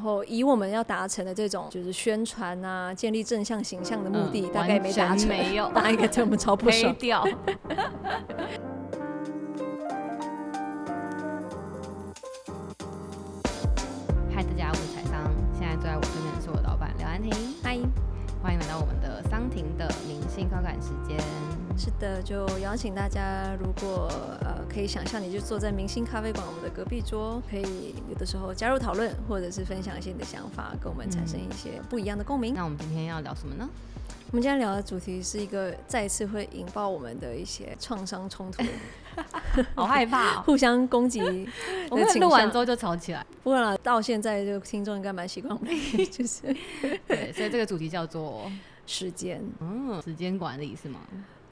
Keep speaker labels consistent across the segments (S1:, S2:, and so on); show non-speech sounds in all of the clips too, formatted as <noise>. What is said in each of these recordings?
S1: 后以我们要达成的这种就是宣传啊，建立正向形象的目的，
S2: 嗯
S1: 大概也没达
S2: 完
S1: 成，<laughs>
S2: 全没有
S1: 大家应该对我们超不
S2: 黑
S1: 爽。 <laughs>
S2: 掉。嗨，大家，我是彩桑，现在坐在我对面的是我的老板刘安婷，
S1: 嗨，
S2: 欢迎来到我们的桑婷的明星高感时间。
S1: 是的，就邀请大家，如果呃可以想象，你就坐在明星咖啡馆我们的隔壁桌，可以有的时候加入讨论，或者是分享一些你的想法，跟我们产生
S2: 嗯
S1: 一些不一样的共鸣。
S2: 那我们今天要聊什
S1: <laughs>
S2: 么呢？
S1: 我们今天聊的主题是一个再一次会引爆我们的一些创伤冲突、，
S2: 好害怕、 <laughs> 哦
S1: 互相攻击的
S2: 我们
S1: 倾
S2: 录完
S1: 向
S2: 之后就吵起来。
S1: 不过啦，到现在就听众应该蛮习惯我们的， <laughs> 就是
S2: <laughs> 对，所以这个主题叫做
S1: 时间。
S2: 嗯时间管理是吗？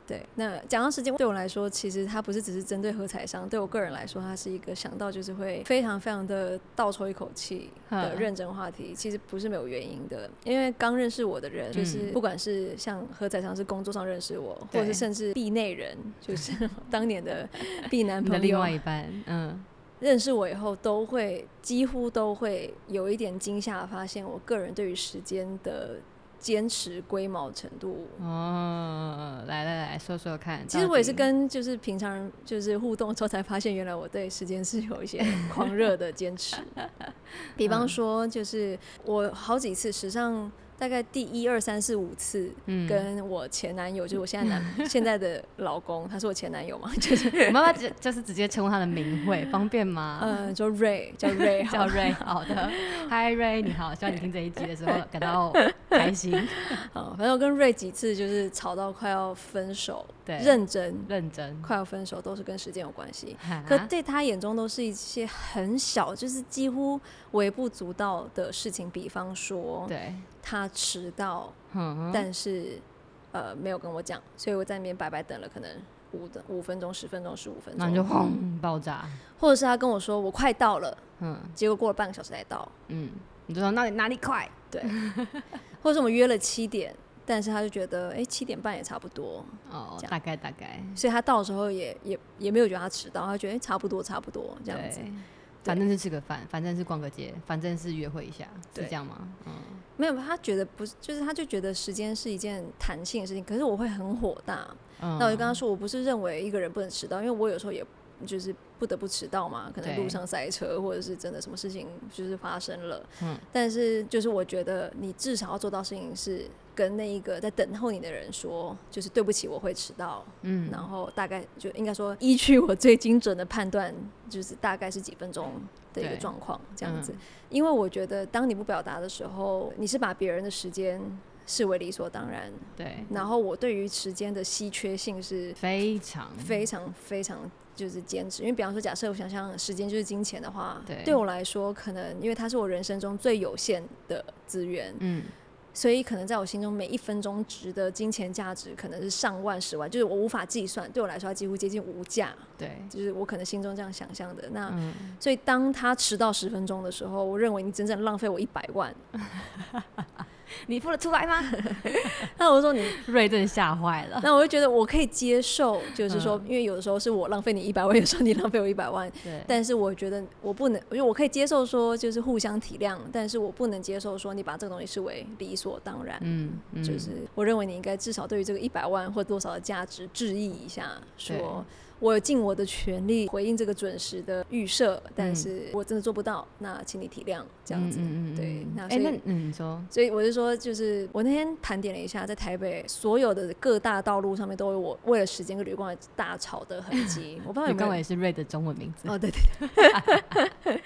S1: 对，那讲到时间，对我来说，其实它不是只是针对喝彩商，对我个人来说，它是一个想到就是会非常非常的倒抽一口气的
S2: 嗯
S1: 认真话题。其实不是没有原因的，因为刚认识我的人，就是
S2: 嗯
S1: 不管是像何彩商是工作上认识我，或
S2: 对
S1: 者是甚至壁内人，就是 <laughs> 当年的壁男
S2: 你的
S1: 朋
S2: 另
S1: 友啊
S2: 外，一半，嗯，
S1: 认识我以后，都会几乎都会有一点惊吓，发现我个人对于时间的坚持龟毛程度。
S2: 哦，来来来说说看。
S1: 其实我也是
S2: 到底
S1: 跟就是平常人就是互动之后才发现，原来我对时间是有一
S2: <laughs>
S1: 些狂热的坚持。比
S2: 嗯
S1: 方说，就是我好几次，史上大概第一二三四五次，
S2: 嗯
S1: 跟我前男友，就是我现在
S2: <laughs>
S1: 男现在的老公，他是我前男友嘛，就是
S2: 我妈妈就就是直接称呼他的名讳，方便吗？
S1: 呃，就 Ray 叫 Ray 嗯好
S2: <laughs> 叫 Ray，好的，嗨 Ray，你好，希望你听这一集的时
S1: <laughs>
S2: 候感到开心，
S1: 啊，反正我跟瑞几次就是吵到快要分手，
S2: 对
S1: 认真
S2: 认真。
S1: 快要分手都是跟时间有关系。
S2: 哈
S1: 可对他眼中都是一些很小，就是几乎微不足道的事情，比方说
S2: 对，
S1: 他迟到，
S2: 嗯，
S1: 但是呃没有跟我讲，所以我在那边白白等了可能五的五分钟、十分钟、十五分
S2: 然后就
S1: 钟，
S2: 轰爆炸，
S1: 或者是他跟我说我快到了，
S2: 嗯
S1: 结果过了半个小时才到，
S2: 嗯，你就说那里哪里快，
S1: 对，或者是我们约了七点，但是他就觉得哎七点半也差不多，
S2: 哦
S1: 这，样
S2: 大概大概，
S1: 所以他到的时候也也也没有觉得他迟到，他觉得、欸、差不多差不多这样子
S2: 对。反正是吃个饭，反正是逛个街，反正是约会一下，是
S1: 对
S2: 这样吗？嗯，
S1: 没有，他觉得不是，就是他就觉得时间是一件弹性的事情。可是我会很火大，
S2: 嗯
S1: 那我就跟他说，我不是认为一个人不能迟到，因为我有时候也就是不得不迟到嘛，可能
S2: 对
S1: 路上塞车或者是真的什么事情就是发生了。
S2: 嗯
S1: 但是就是我觉得你至少要做到事情是跟那一个在等候你的人说，就是对不起，我会迟到。
S2: 嗯，
S1: 然后大概就应该说，依据我最精准的判断，就是大概是几分钟的一个
S2: 对
S1: 状况这样子
S2: 嗯。
S1: 因为我觉得，当你不表达的时候，你是把别人的时间视为理所当然。
S2: 对，
S1: 然后我对于时间的稀缺性是
S2: 非常
S1: 非常非常就是坚持，因为比方说，假设我想象时间就是金钱的话，
S2: 对
S1: 对我来说，可能因为它是我人生中最有限的资源，
S2: 嗯，
S1: 所以可能在我心中，每一分钟值的金钱价值可能是上万、十万，就是我无法计算，对我来说，它几乎接近无价，
S2: 对，
S1: 就是我可能心中这样想象的。那、
S2: 嗯，
S1: 所以当他迟到十分钟的时候，我认为你整整浪费我一百万。
S2: 你付得出来吗？
S1: 那我说你，
S2: <laughs> 瑞真的吓坏了，
S1: 那我就觉得我可以接受，就是说，
S2: 嗯
S1: 因为有的时候是我浪费你一百万，有时候你浪费我一百万，
S2: 对，
S1: 但是我觉得我不能，因为我可以接受说就是互相体谅，但是我不能接受说你把这个东西视为理所当然。
S2: 嗯，嗯
S1: 就是我认为你应该至少对于这个一百万或多少的价值质疑一下，
S2: 对
S1: 说我有尽我的全力回应这个准时的预设，但
S2: 嗯
S1: 是我真的做不到，那请你体谅这样子。
S2: 嗯嗯嗯嗯
S1: 对，那
S2: 哎，
S1: 所以、
S2: 那嗯，你说，
S1: 所以我就说，就是我那天盘点了一下，在台北所有的各大道路上面都有我为了时间跟旅馆大吵的痕
S2: <laughs>
S1: 迹。我不知道
S2: 你
S1: 有没
S2: 刚
S1: 有
S2: 好也是瑞的中文名字，
S1: 哦，对对对，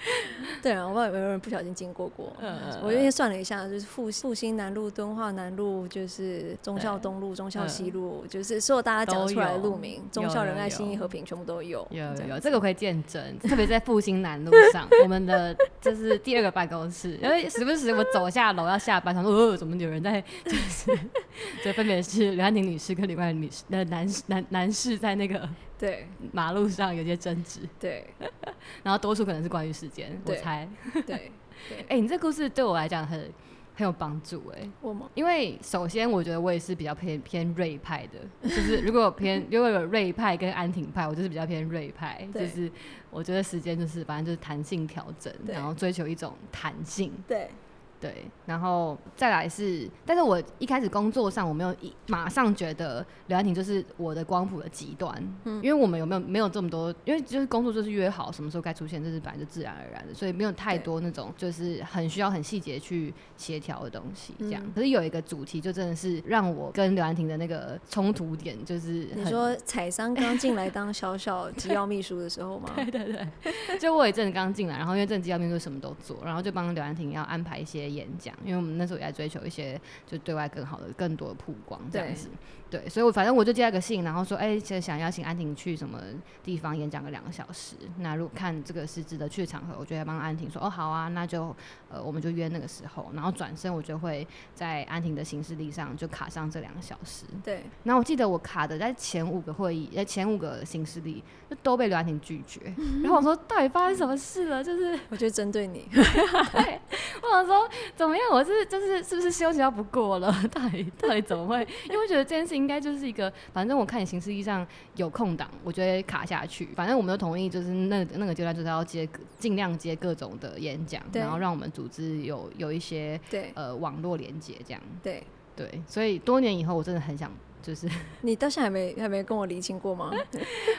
S1: <laughs> 对啊，我不知道有没有人不小心经过过。
S2: 嗯嗯
S1: 我那天算了一下，就是复复兴南路、敦化南路，就是忠孝东路、忠孝西路，就是所有大家讲
S2: 嗯都
S1: 出来的
S2: 有
S1: 路名，忠
S2: 有
S1: 孝
S2: 有
S1: 仁爱、信义
S2: 有
S1: 和平，全部都有。
S2: 有
S1: 这样
S2: 有有，这个我可以见
S1: <laughs>
S2: 证，特别在复兴南路上，我们的就是第二个办公室，因
S1: 哎
S2: 为时不时我走下楼要下班，想说呃，怎么有人在，就是就分别是刘安婷女士跟刘冠女士呃男士男男士在那个
S1: 对
S2: 马路上有些争执，
S1: 对
S2: 然后多数可能是关于时间，我
S1: 对
S2: 猜。 <laughs>
S1: 对对，
S2: 哎、你这故事对我来讲很很有帮助哎、
S1: 我
S2: <laughs>
S1: 吗？
S2: 因为首先，我觉得我也是比较偏偏锐
S1: <laughs>
S2: 派的，就是如果有偏如果有锐派跟安婷派，我就是比较偏锐派，就
S1: 对
S2: 是我觉得时间就是反正就是弹性调整，
S1: 对
S2: 然后追求一种弹性，
S1: 对，
S2: 对，然后再来是，但是我一开始工作上我没有一马上觉得刘安婷就是我的光谱的极端，
S1: 嗯
S2: 因为我们有没有没有这么多，因为就是工作就是约好什么时候该出现，这是本来就自然而然的，所以没有太多那种就是很需要很细节去协调的东西这样。
S1: 嗯
S2: 可是有一个主题就真的是让我跟刘安婷的那个冲突点就是
S1: 你
S2: 很
S1: 说彩商刚进来当小
S2: <laughs>
S1: 小机要秘书的时候吗？
S2: 就我有一阵子刚进来，然后因为正机要面对什么都做，然后就帮刘安婷要安排一些演讲，因为我们那时候也在追求一些就对外更好的、更多的曝光这样子。对，所以我反正我就接到一个信，然后说，哎、其实想邀请安婷去什么地方演讲个两个小时。那如果看这个是值得去的场合，我就会帮安婷说，哦，好啊，那就呃，我们就约那个时候。然后转身我就会在安婷的行事历上就卡上这两个小时。
S1: 对，
S2: 然后我记得我卡的在前五个会议，呃，前五个行事历就都被刘安婷拒绝。然后我说，到底发生什么事了？就是 <laughs>
S1: 我就针对你。
S2: 对，我想说怎么样？我是就是是不是休息到不过了？ <laughs> 到底到底怎么会？因为我觉得这件事应该就是一个，反正我看你行事历上有空档，我觉得卡下去。反正我们都同意，就是那那个阶段就是要接尽量接各种的演讲，
S1: 对
S2: 然后让我们组织有有一些
S1: 对
S2: 呃网络连接这样。
S1: 对，
S2: 对，所以多年以后，我真的很想就是。
S1: 你到现在还没还没跟我厘清过
S2: <laughs>
S1: 吗？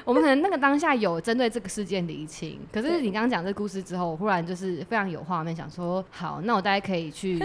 S2: 我们可能那个当下有针对这个事件
S1: <laughs>
S2: 厘清，可是你刚刚讲这故事之后，我忽然就是非常有画面，想说好，那我大概可以去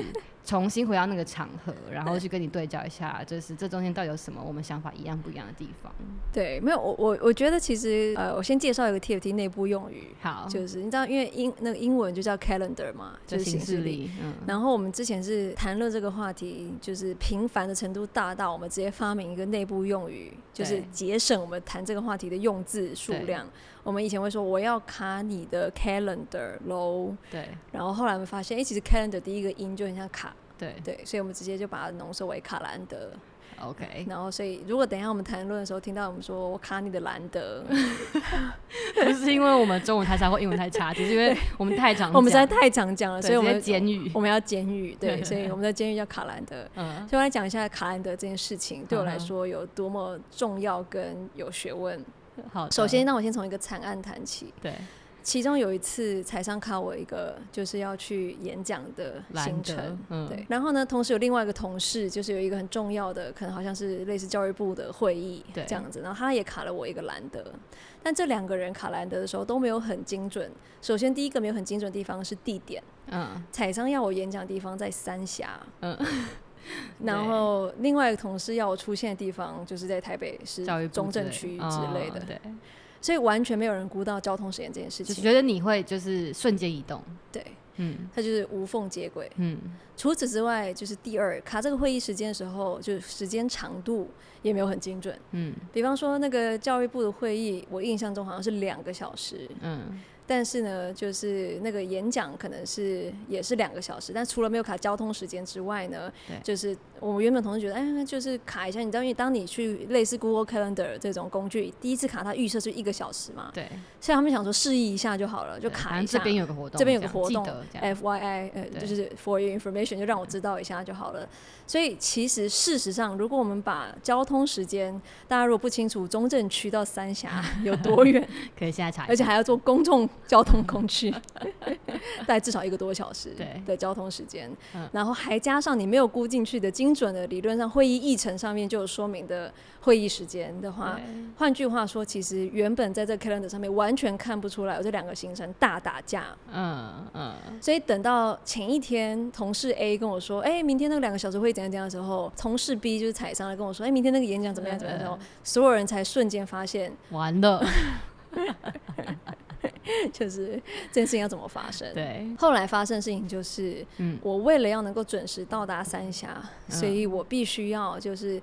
S2: 重新回到那个场合，然后去跟你对焦一下，就是这中间到底有什么我们想法一样不一样的地方。
S1: 对，没有，我我我觉得其实呃，我先介绍一个 TFT 内部用语，
S2: 好，
S1: 就是你知道，因为英那个英文就叫 calendar 嘛，
S2: 就是
S1: 形
S2: 形式
S1: 式
S2: 力，嗯，
S1: 然后我们之前是谈论这个话题，就是频繁的程度大到我们直接发明一个内部用语，就是
S2: 对
S1: 节省我们谈这个话题的用字数
S2: 对
S1: 量。我们以前会说我要卡你的 calendar 喽，
S2: 对
S1: 然后后来我们发现，哎、其实 calendar 第一个音就很像卡，
S2: 对
S1: 对，所以我们直接就把它浓缩为卡兰德。 <laughs>
S2: ，OK，
S1: 然后，所以如果等一下我们谈论的时候听到我们说我卡你的兰德，
S2: 不是因为我们中文太差或英文太差，只是因为我们太常
S1: <laughs> 我们实在
S2: 讲
S1: 太常讲了，
S2: 对
S1: 所以我
S2: 直接
S1: 们
S2: 简语
S1: 我们要简语，
S2: <laughs>
S1: 对，所以我们在监狱叫卡兰德。
S2: 嗯
S1: 所以我来讲一下卡兰德这件事情对我来
S2: 嗯哼嗯
S1: 说有多么重要跟有学问。
S2: 好的，
S1: 首先，让我先从一个惨案谈起。
S2: 对
S1: 其中有一次，财商卡我一个就是要去演讲的
S2: 兰
S1: 行
S2: 德
S1: 程。，
S2: 嗯
S1: 对，然后呢，同时有另外一个同事，就是有一个很重要的，可能好像是类似教育部的会议
S2: 对
S1: 这样子，然后他也卡了我一个兰德，但这两个人卡兰德的时候都没有很精准。首先，第一个没有很精准的地方是地点，
S2: 嗯
S1: 彩商要我演讲的地方在三峡， <laughs>
S2: 嗯，
S1: 然后另外一个同事要我出现的地方就是在台北市
S2: 教育部
S1: 中
S2: 之类
S1: 正区之类的
S2: 嗯，对，
S1: 所以完全没有人估到交通时间这件事
S2: 就是
S1: 情。
S2: 觉得你会就是瞬间移动，
S1: 对，
S2: 嗯
S1: 它就是无缝接轨。
S2: 嗯。
S1: 除此之外，就是第二卡这个会议时间的时候，就是时间长度也没有很精准。
S2: 嗯
S1: 比方说那个教育部的会议，我印象中好像是两个小时，
S2: 嗯，
S1: 但是呢，就是那个演讲可能是也是两个小时，但除了没有卡交通时间之外呢
S2: 对，
S1: 就是我们原本同事觉得，哎，那就是卡一下，你知道，因为当你去类似 Google Calendar 这种工具，第一次卡它预设是一个小时嘛，
S2: 对，
S1: 所以他们想说示意一下就好了，就
S2: 对
S1: 卡
S2: 反
S1: 一
S2: 正
S1: 下。
S2: 这边有个活动，
S1: 这边有个
S2: 这样
S1: 活动
S2: 记得这样，
S1: F Y I，呃，
S2: 对
S1: 就是 for your information，就让我知道一下就好了。所以其实事实上，如果我们把交通时间，大家如果不清楚中正区到三峡有多远，
S2: 可以现在查一下，
S1: 而且还要坐公众交通工
S2: <laughs>
S1: 具，大概至少一个多小时
S2: 对
S1: 的交通时间
S2: 嗯，
S1: 然后还加上你没有估进去的精准的理论上会议议程上面就有说明的会议时间的话，
S2: 对
S1: 换句话说，其实原本在这 calendar 上面完全看不出来有这两个行程大打架。
S2: 嗯嗯，
S1: 所以等到前一天，同事 A 跟我说：“哎、明天那个两个小时会怎样怎样的时候，同事 B 就是踩上来跟我说：‘哎、明天那个演讲怎么样怎么样
S2: 嗯
S1: 的时候，所有人才瞬间发现，
S2: 完了，
S1: 嗯就是这件事情要怎么发生。
S2: 对，
S1: 后来发生的事情就是，
S2: 嗯
S1: 我为了要能够准时到达三峡，
S2: 嗯
S1: 所以我必须要就是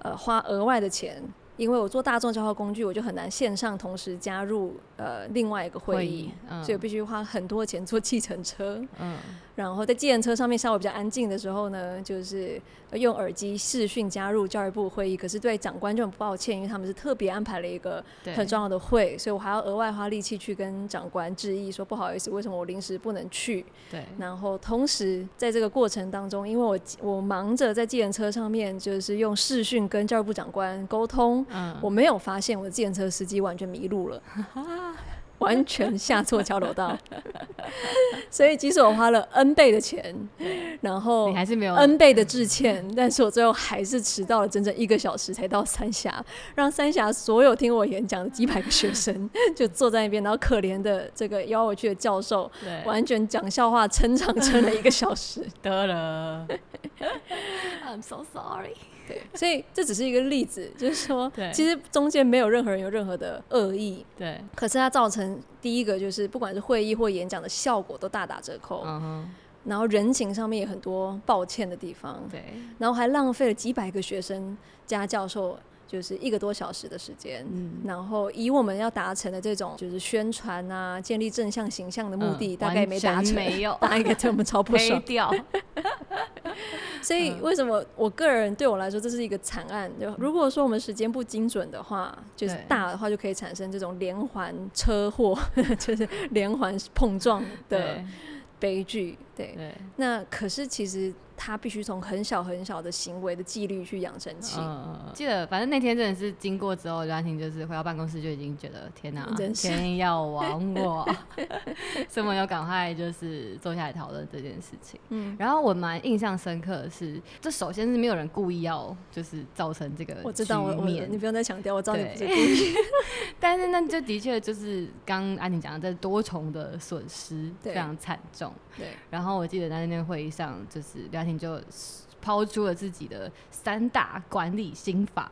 S1: 呃花额外的钱因为我做大众交通工具，我就很难线上同时加入呃另外一个 <laughs> 会议，，
S2: 嗯
S1: 所以我必须花很多钱坐计程车。
S2: 嗯
S1: 然后在计程车上面稍微比较安静的时候呢，就是呃用耳机视讯加入教育部会议。可是对长官就很抱歉，因为他们是特别安排了一个
S2: 对，
S1: 很重要的会，所以我还要额外花力气去跟长官致意，说不好意思，为什么我临时不能去？
S2: 对，
S1: 然后同时在这个过程当中，因为我我忙着在计程车上面就是用视讯跟教育部长官沟通，
S2: 嗯
S1: 我没有发现我的计程车司机完全迷
S2: <laughs>
S1: 路了，完全下错交流道。 <laughs> 所以即使我花了 N 倍的钱，然后
S2: 你还是没有
S1: N 倍的致歉，但是我最后还是迟到了整整一个小时才到三峡，让三峡所有听我演讲的几百个学生就坐在那边，然后可怜的这个邀我去的教授
S2: 对
S1: 完全讲笑话撑场撑了一个小
S2: <laughs>
S1: 时。<laughs>
S2: 得了，I'm so sorry。
S1: 所以这只是一个例子，就是说
S2: 对，
S1: 其实中间没有任何人有任何的恶意，
S2: <laughs> 对，
S1: 可是它造成第一个就是不管是会议或演讲的效果都大打折扣，
S2: 嗯哼，
S1: 然后人情上面也很多抱歉的地方，
S2: 对，
S1: 然后还浪费了几百个学生加教授就是一个多小时的时间。
S2: 嗯，
S1: 然后以我们要达成的这种就是宣传啊，建立正向形象的目的，
S2: 嗯
S1: 大概也没达
S2: 完全
S1: 成，
S2: 没有
S1: 大家应该对我们超不
S2: 黑
S1: 爽。 <laughs>
S2: 掉，
S1: 所
S2: 嗯
S1: 以为什么我个人对我来说这是一个惨案？就如果说我们时间不精准的话，就是
S2: 对
S1: 大的话就可以产生这种连环车祸， <laughs> 就是连环碰撞的
S2: 对
S1: 悲剧。对，
S2: 对，
S1: 那可是其实他必须从很小很小的行为的纪律去养成起。
S2: 嗯，记得，反正那天真的是经过之后，刘安婷就是回到办公室就已经觉得天哪、
S1: 真是
S2: 天要亡
S1: <laughs>
S2: 我，所以我们要赶快就是坐下来讨论这件事情。
S1: 嗯，
S2: 然后我蛮印象深刻的是，这首先是没有人故意要就是造成这个
S1: 我知道，我
S2: 局
S1: 我
S2: 面
S1: 你不用再强调，我知道你不是
S2: 对 <laughs>
S1: 故意。
S2: 但是那就的确就是刚安婷讲的，这多重的损失
S1: 对
S2: 非常惨重。
S1: 对，
S2: 然后我记得在那天会议上，就是刘安婷就抛出了自己的三大管理心
S1: <laughs>
S2: 法，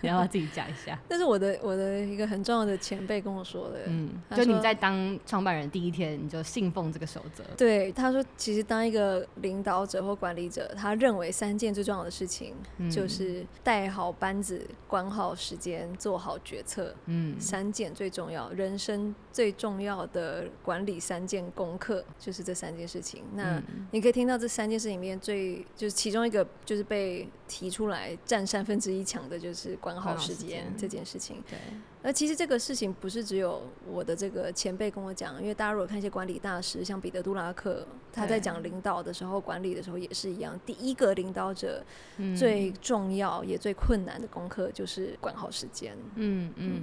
S2: 你要不要自己讲一下？
S1: 但是我的我的一个很重要的前辈跟我说的，
S2: 嗯，
S1: 他
S2: 就你
S1: 说
S2: 在当创办人第一天，你就信奉这个守则。
S1: 对他说，其实当一个领导者或管理者，他认为三件最重要的事情
S2: 嗯
S1: 就是带好班子、管好时间、做好决策，
S2: 嗯，
S1: 三件最重要，人生最重要的管理三件功课就是这三件事情。那
S2: 嗯
S1: 你可以听到这三件事里面最就是其中一个就是被提出来占三分之一强的就是管好
S2: 管好
S1: 时
S2: 时
S1: 间
S2: 间
S1: 这件事情。
S2: 对，
S1: 而其实这个事情不是只有我的这个前辈跟我讲，因为大家如果看一些管理大师，像彼得·杜拉克，他在
S2: 对
S1: 讲领导的时候、管理的时候也是一样。第一个领导者
S2: 嗯
S1: 最重要也最困难的功课就是管好时间。
S2: 嗯嗯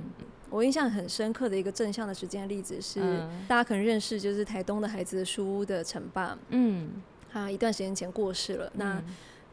S1: 我印象很深刻的一个正向的时间例子是，
S2: 嗯
S1: 大家可能认识就是台东的孩子的书屋的陈爸，
S2: 嗯，
S1: 他一段时间前过世了。那、
S2: 嗯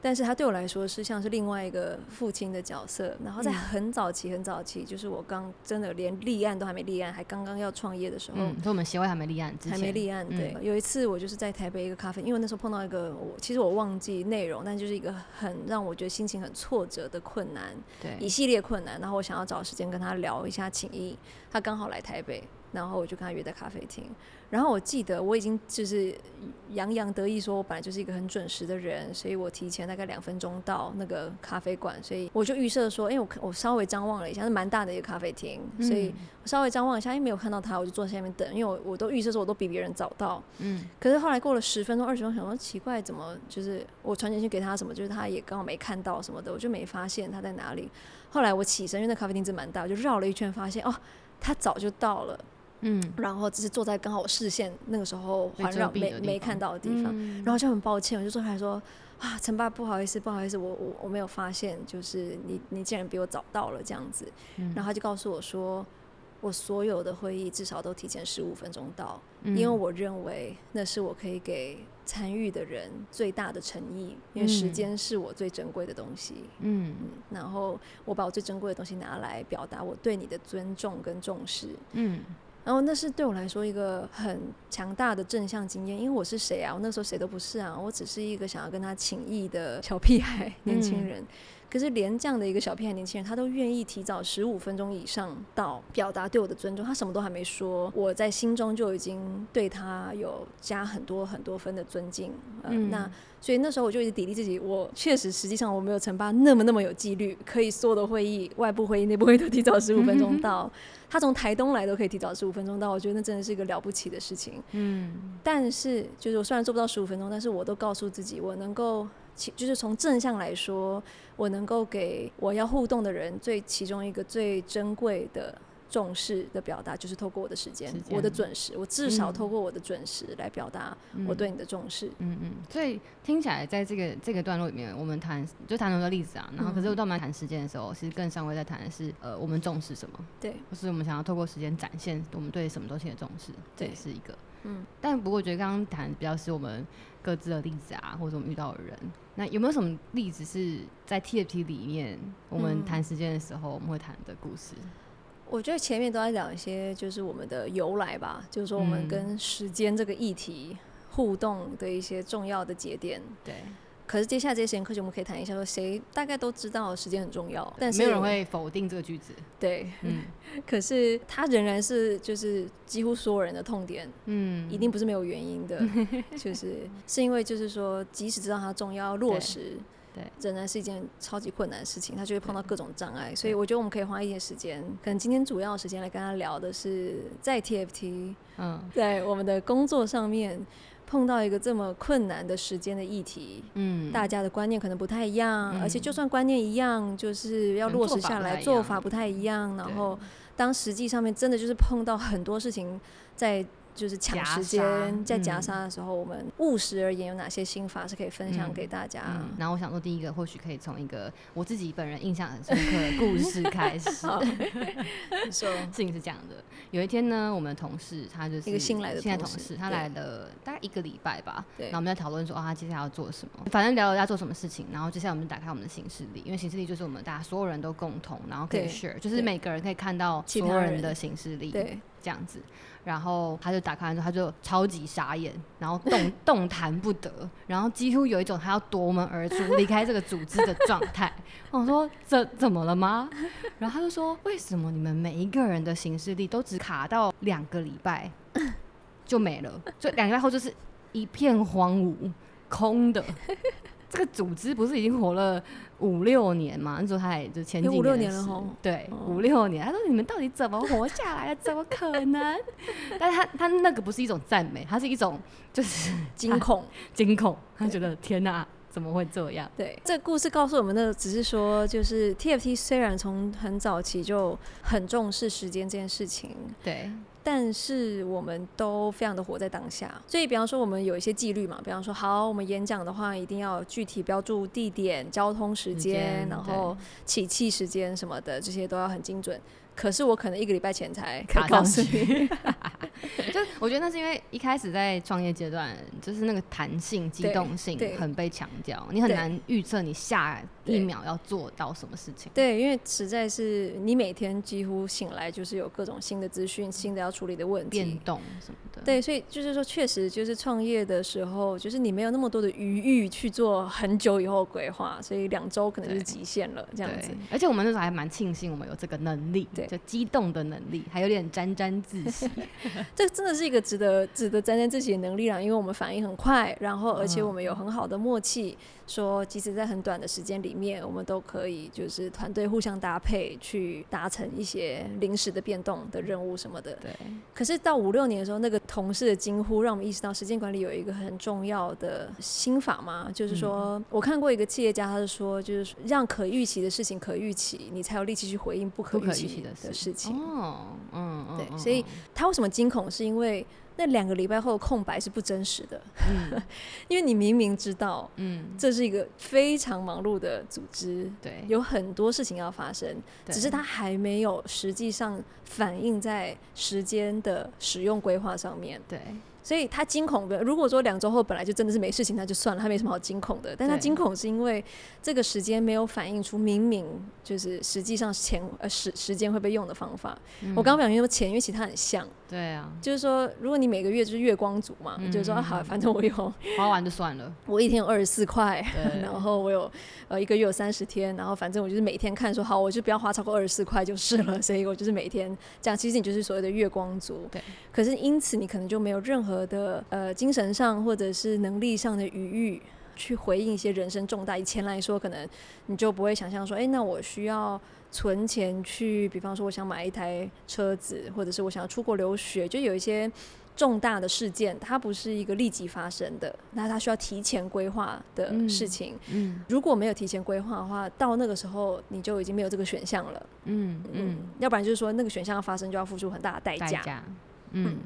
S1: 但是他对我来说是像是另外一个父亲的角色。然后在
S2: 嗯
S1: 很早期、很早期，就是我刚真的连立案都还没立案，还刚刚要创业的时候。
S2: 嗯，所以我们协会还没立案之
S1: 还
S2: 前，
S1: 没立案，
S2: 嗯
S1: 对。有一次我就是在台北一个咖啡，因为那时候碰到一个我，其实我忘记内容，但就是一个很让我觉得心情很挫折的困难，一
S2: 对，
S1: 系列困难。然后我想要找时间跟他聊一下情谊，他刚好来台北，然后我就跟他约在咖啡厅。然后我记得我已经就是洋洋得意说，我本来就是一个很准时的人，所以我提前大概两分钟到那个咖啡馆，所以我就预设说，因为我看我稍微张望了一下，是蛮大的一个咖啡厅，
S2: 嗯
S1: 所以我稍微张望一下，因为没有看到他，我就坐下面等，因为我我都预设说我都比别人早到。
S2: 嗯
S1: 可是后来过了十分钟、二十分钟，想说奇怪，怎么就是我传简讯给他什么，就是他也刚好没看到什么的，我就没发现他在哪里。后来我起身，因为那咖啡厅真蛮大，我就绕了一圈，发现哦，他早就到了，
S2: 嗯，
S1: 然后只是坐在刚好我视线那个时候
S2: 被
S1: 环
S2: 遮
S1: 绕
S2: 蔽
S1: 没
S2: 的地
S1: 没
S2: 方
S1: 看到的地方，
S2: 嗯
S1: 然后就很抱歉，我就坐下来说啊，陈爸，不好意思，不好意思，我我我没有发现，就是你你竟然比我早到了这样子，
S2: 嗯
S1: 然后他就告诉我说。我所有的会议至少都提前十五分钟到，
S2: 嗯
S1: 因为我认为那是我可以给参与的人最大的诚意，因为时
S2: 嗯
S1: 间是我最珍贵的东西。
S2: 嗯
S1: 嗯然后我把我最珍贵的东西拿来表达我对你的尊重跟重视。
S2: 嗯
S1: 然后那是对我来说一个很强大的正向经验，因为我是谁啊？我那时候谁都不是啊，我只是一个想要跟他情谊的小屁孩年轻人。可是连这样的一个小屁孩年轻人，他都愿意提早十五分钟以上到，表达对我的尊重。他什么都还没说，我在心中就已经对他有加很多很多分的尊敬。呃、
S2: 嗯
S1: 那所以那时候我就一直砥砺自己，我确实实际上我没有陈爸那么那么有纪律，可以所有的会议、外部会议、内部会议都提早十五分钟到。他从台东来都可以提早十五分钟到，我觉得那真的是一个了不起的事情。
S2: 嗯
S1: 但是就是我虽然做不到十五分钟，但是我都告诉自己，我能够其就是从正向来说，我能够给我要互动的人最其中一个最珍贵的。重视的表达就是透过我的时间
S2: 时，间
S1: 我的准时，我至少
S2: 嗯
S1: 透过我的准时来表达
S2: 嗯
S1: 我对你的重视。
S2: 嗯嗯，所以听起来在这个这个段落里面，我们谈就谈很多例子啊，然后可是
S1: 嗯
S2: 我到我们谈时间的时候，其实更上位在谈的是呃，我们重视什么，
S1: 对，
S2: 或是我们想要透过时间展现我们对什么东西的重视，这
S1: 对
S2: 也是一个。
S1: 嗯，
S2: 但不过我觉得刚刚谈比较是我们各自的例子啊，或者我们遇到的人。那有没有什么例子是在 TFT 里面我们
S1: 嗯
S2: 谈时间的时候我们会谈的故事？
S1: 我觉得前面都在聊一些就是我们的由来吧，就是说我
S2: 嗯
S1: 们跟时间这个议题互动的一些重要的节点。
S2: 对，
S1: 可是接下来这些时间课题，我们可以谈一下，说谁大概都知道时间很重要，但是
S2: 没有人会否定这个句子。
S1: 对，
S2: 嗯
S1: <laughs> 可是它仍然是就是几乎所有人的痛点，
S2: 嗯，
S1: 一定不是没有原因
S2: <laughs>
S1: 的，就是是因为就是说，即使知道它重要，落实
S2: 对对
S1: 仍然是一件超级困难的事情，他就会碰到各种障碍。所以我觉得我们可以花一些时间，可能今天主要的时间来跟他聊的是在 TFT
S2: 嗯
S1: 在我们的工作上面碰到一个这么困难的时间的议题。
S2: 嗯，
S1: 大家的观念可能不太一样，而且
S2: 嗯
S1: 就算观念一样，就是要
S2: 可能
S1: 落
S2: 做
S1: 实
S2: 法
S1: 下
S2: 不
S1: 来
S2: 太一
S1: 做
S2: 样
S1: 法不太一样，然
S2: 对
S1: 后当实际上面真的就是碰到很多事情在就是抢
S2: 夹
S1: 时
S2: 杀
S1: 间在夹
S2: 嗯
S1: 杀的时候，我们务实而言有哪些心法是可以分享
S2: 嗯
S1: 给大家？
S2: 嗯，然后我想说，第一个或许可以从一个我自己本人印象很深刻的
S1: <laughs>
S2: 故事开始。 <laughs>
S1: 好，你说，
S2: 事情是这样的，有一天呢，我们的同事他就是
S1: 一个新来的
S2: 新来
S1: 同
S2: 同
S1: 事
S2: 事，他
S1: 对
S2: 来了大概一个礼拜吧，
S1: <laughs> 对
S2: 然后我们在讨论说啊，他接下来要做什么，反正聊了要做什么事情，然后接下来我们就打开我们的行事历，因为行事历就是我们大家所有人都共同，然后可以
S1: 对
S2: share，就是
S1: 对
S2: 每个人可以看到
S1: 其
S2: 所有
S1: 他
S2: 人
S1: 人
S2: 的行事历，
S1: 对，
S2: 这样子。然后他就打开完之后，他就超级傻眼，然后
S1: <laughs>
S2: 动动弹不得，然后几乎有一种他要夺门而出、离开这个组织的状态。我说这怎么了吗？然后他就说，为什么你们每一个人的行事历都只卡到两个礼拜就没了？所以两个礼拜后就是一片荒芜，空的。这个组织不是已经活了五六年嘛？那时候他也就前几
S1: 有五六
S2: 年
S1: 年了吼
S2: 对，
S1: 哦
S2: 五六年。他说：“你们到底怎么活下来的？怎么可能？” <laughs> 但是他他那个不是一种赞美，他是一种就是
S1: 惊
S2: <laughs>
S1: 恐。
S2: 惊恐。他觉得天哪、怎么会这样？
S1: 对，这故事告诉我们的只是说，就是 TFT 虽然从很早期就很重视时间这件事情，
S2: 对，
S1: 但是我们都非常的活在当下，所以比方说我们有一些纪律嘛，比方说好，我们演讲的话一定要具体标注地点、交通时
S2: 时间
S1: 间，然后起气时间什么的，这些都要很精准。可是我可能一个礼拜前才可以
S2: 卡上
S1: 告诉
S2: <laughs>
S1: 你，
S2: 就是我觉得那是因为一开始在创业阶段，就是那个弹性、机动性
S1: 对
S2: 很被强调，你很
S1: 对
S2: 难预测你下一
S1: 对
S2: 秒要做到什么事情。
S1: <laughs> 对，因为实在是你每天几乎醒来就是有各种新的资讯、新的要处理的问
S2: 嗯变
S1: 题。
S2: 动什么的，，
S1: 对，所以就是说，确实就是创业的时候，就是你没有那么多的余裕去做很久以后的规划，所以两周可能就是
S2: 对
S1: 极限了，这样子
S2: 对。。而且我们那时候还蛮庆幸我们有这个能力，
S1: 对
S2: 就激动的能力，还有点沾沾自喜。
S1: 这真的是一个值得值得沾沾自喜的能力啦，因为我们反应很快，然后而且
S2: 嗯
S1: 我们有很好的默契，说即使在很短的时间里面，我们都可以就是团队互相搭配去达成一些临时的变动的任务什么的。
S2: <laughs> 对，
S1: 可是到五六年的时候，那个同事的惊呼让我们意识到时间管理有一个很重要的心法嘛，就是说、我看过一个企业家，他是说就是让可预期的事情可预期，你才有力气去回应不可
S2: 不可
S1: 预
S2: 预期
S1: 期
S2: 的
S1: 的事情。
S2: 哦，嗯，嗯
S1: 对
S2: 嗯
S1: 所以
S2: 嗯
S1: 他为什么惊恐？是因为那两个礼拜后的空白是不真实的， <laughs>
S2: 嗯
S1: 因为你明明知道
S2: 嗯，
S1: 这是一个非常忙碌的组织，
S2: 对，
S1: 有很多事情要发生，
S2: 对
S1: 只是它还没有实际上反映在时间的使用规划上面，
S2: 对
S1: 所以他惊恐的。如果说两周后本来就真的是没事情，那就算了，他没什么好惊恐的。但他
S2: 对
S1: 惊恐是因为这个时间没有反映出明明就是实际上钱呃时时间会被用的方法。
S2: 嗯
S1: 我刚刚表现说钱，因为其实它很像，
S2: 对啊，
S1: 就是说如果你每个月就是月光族
S2: 嗯
S1: 嘛，就是说啊好，反正我有
S2: 花完就算了，
S1: 我一天有二十四块，<laughs>
S2: 对
S1: 然后我有呃一个月有三十天，然后反正我就是每天看说好，我就不要花超过二十四块就是了，所以我就是每天这样。其实你就是所谓的月光族，
S2: 对。
S1: 可是因此你可能就没有任何的呃精神上或者是能力上的余裕。去回应一些人生重大，以前来说，可能你就不会想象说，哎、那我需要存钱去，比方说我想买一台车子，或者是我想要出国留学，就有一些重大的事件，它不是一个立即发生的，那它需要提前规划的
S2: 嗯
S1: 事情。
S2: 嗯
S1: 如果没有提前规划的话，到那个时候你就已经没有这个选项了。
S2: 嗯嗯，
S1: 要不然就是说那个选项发生就要付出很大的代
S2: 代
S1: 价。
S2: 价，嗯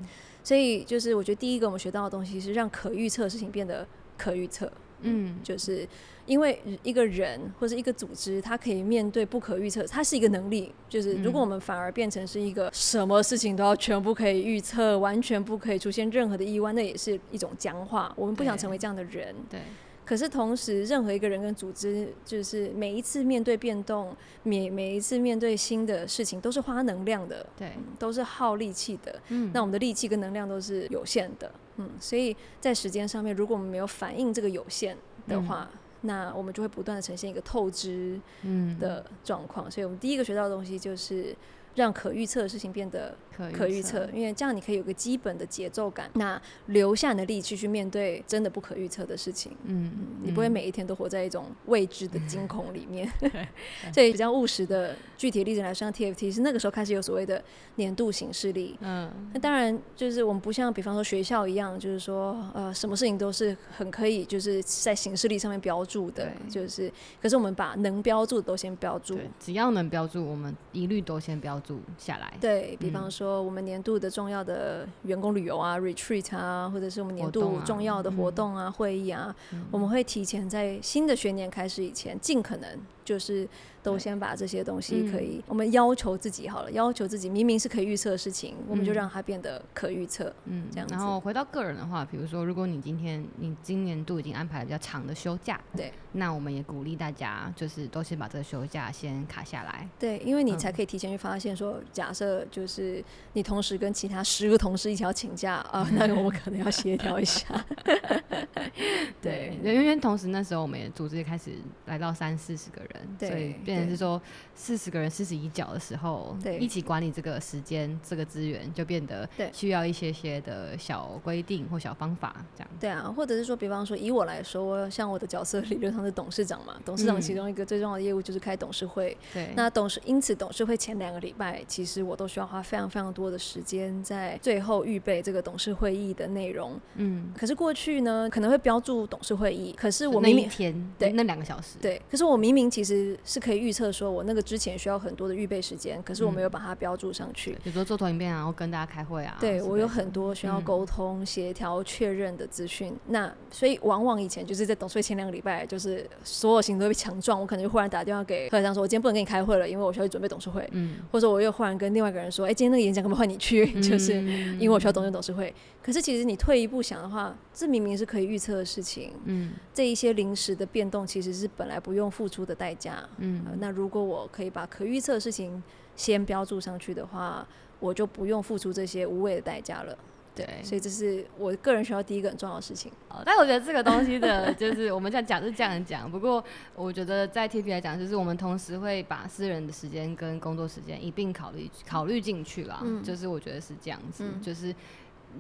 S1: 所以就是我觉得第一个我们学到的东西是让可预测的事情变得可预测。
S2: 嗯
S1: 就是因为一个人或是一个组织，它可以面对不可预测，它是一个能力。就是如果我们反而变成是一个什么事情都要全部可以预测，完全不可以出现任何的意外，那也是一种僵化。我们不想
S2: 对
S1: 成为这样的人。
S2: 对，
S1: 可是同时，任何一个人跟组织，就是每一次面对变动，每每一次面对新的事情，都是花能量的，
S2: 对
S1: 嗯都是耗力气的。
S2: 嗯
S1: 那我们的力气跟能量都是有限的，嗯，所以在时间上面，如果我们没有反映这个有限的话，那我们就会不断的呈现一个透支
S2: 嗯
S1: 的状况。所以我们第一个学到的东西就是让可预测的事情变得
S2: 可
S1: 可预测，因为这样你可以有个基本的节奏感，那留下你的力气去面对真的不可预测的事情。
S2: 嗯，
S1: 你不会
S2: 嗯
S1: 每一天都活在一种未知的惊恐里
S2: <laughs>
S1: 面。所以比较务实的具体例子来说，像 TFT 是那个时候开始有所谓的年度行事历，
S2: 嗯
S1: 那当然，就是我们不像比方说学校一样，就是说呃，什么事情都是很可以就是在形式力上面标注的，
S2: 对
S1: 就是。可是我们把能标注的都先标注。
S2: 对，只要能标注，我们一律都先标注下来。
S1: 对比
S2: 嗯
S1: 方说，我们年度的重要的员工旅游啊、retreat 啊，或者是我们年
S2: 活动
S1: 度
S2: 啊嗯
S1: 重要的活动啊、会议啊，我们会提前在新的学年开始以前，尽可能就是都
S2: 对
S1: 先把这些东西
S2: 嗯
S1: 可以，我们要求自己好了，要求自己明明是可以预测的事情，我们就
S2: 嗯
S1: 让它变得可预测。
S2: 嗯
S1: 这样
S2: 然
S1: 子
S2: 后回到个人的话，比如说，如果你今天你今年度已经安排了比较长的休假，
S1: 对，
S2: 那我们也鼓励大家，就是都先把这个休假先卡下来。
S1: 对，因为你
S2: 嗯
S1: 才可以提前去发现说，假设就是你同时跟其他十个同事一起要请假啊、那个我们可能要协调一下。 <laughs> 对
S2: 因为同时那时候我们也组织开始来到三四十个人，
S1: 对
S2: 所以变成
S1: 对
S2: 是说四十个人四十一角的时候，
S1: 对
S2: 一起管理这个时间、这个资源，就变得
S1: 对
S2: 需要一些些的小规定或小方法这样。
S1: 对啊，或者是说，比方说以我来说，像我的角色理论上是董事长嘛，董事长
S2: 嗯
S1: 其中一个最重要的业务就是开董事会。
S2: 对，
S1: 那董事因此董事会前两个礼拜，其实我都需要花非常非常多的时间在最后预备这个董事会议的内容。
S2: 嗯，
S1: 可是过去呢，可能会标注董事会议，可是我
S2: 那
S1: 明
S2: 一
S1: 明
S2: 天，
S1: 对
S2: 那两个小时，
S1: 对，可是我明明其实是可以预测说，我那个之前需要很多的预备时间，可是我没
S2: 嗯
S1: 有把它标注上去
S2: 对，。比如说做投影片啊，然后跟大家开会啊之类
S1: 对
S2: 的，嗯
S1: 我有很多需要沟通、协调、确认的资讯。那所以往往以前就是在董事会前两个礼拜，就是所有行都会被强撞，我可能就忽然打电话给贺长说，我今天不能跟你开会了，因为我需要去准备董事会，
S2: 嗯，
S1: 或者我又忽然跟另外一个人说，哎，今天那个演讲可不可以换你去？就是因为我
S2: 嗯
S1: 需要董事董事会。可是其实你退一步想的话，这明明是可以预测的事情，
S2: 嗯
S1: 这一些临时的变动其实是本来不用付出的代价。呃
S2: 嗯，
S1: 那如果我可以把可预测的事情先标注上去的话，我就不用付出这些无谓的代价了。
S2: 对。
S1: 所以这是我个人学到第一个很重要的事情。
S2: 好但我觉得这个东西的，就是我们这样讲是这样讲，不过我觉得在 T P 来讲，就是我们同时会把私人的时间跟工作时间一并考虑考虑进去啦。
S1: 嗯
S2: 就是我觉得是这样子，
S1: 嗯
S2: 就是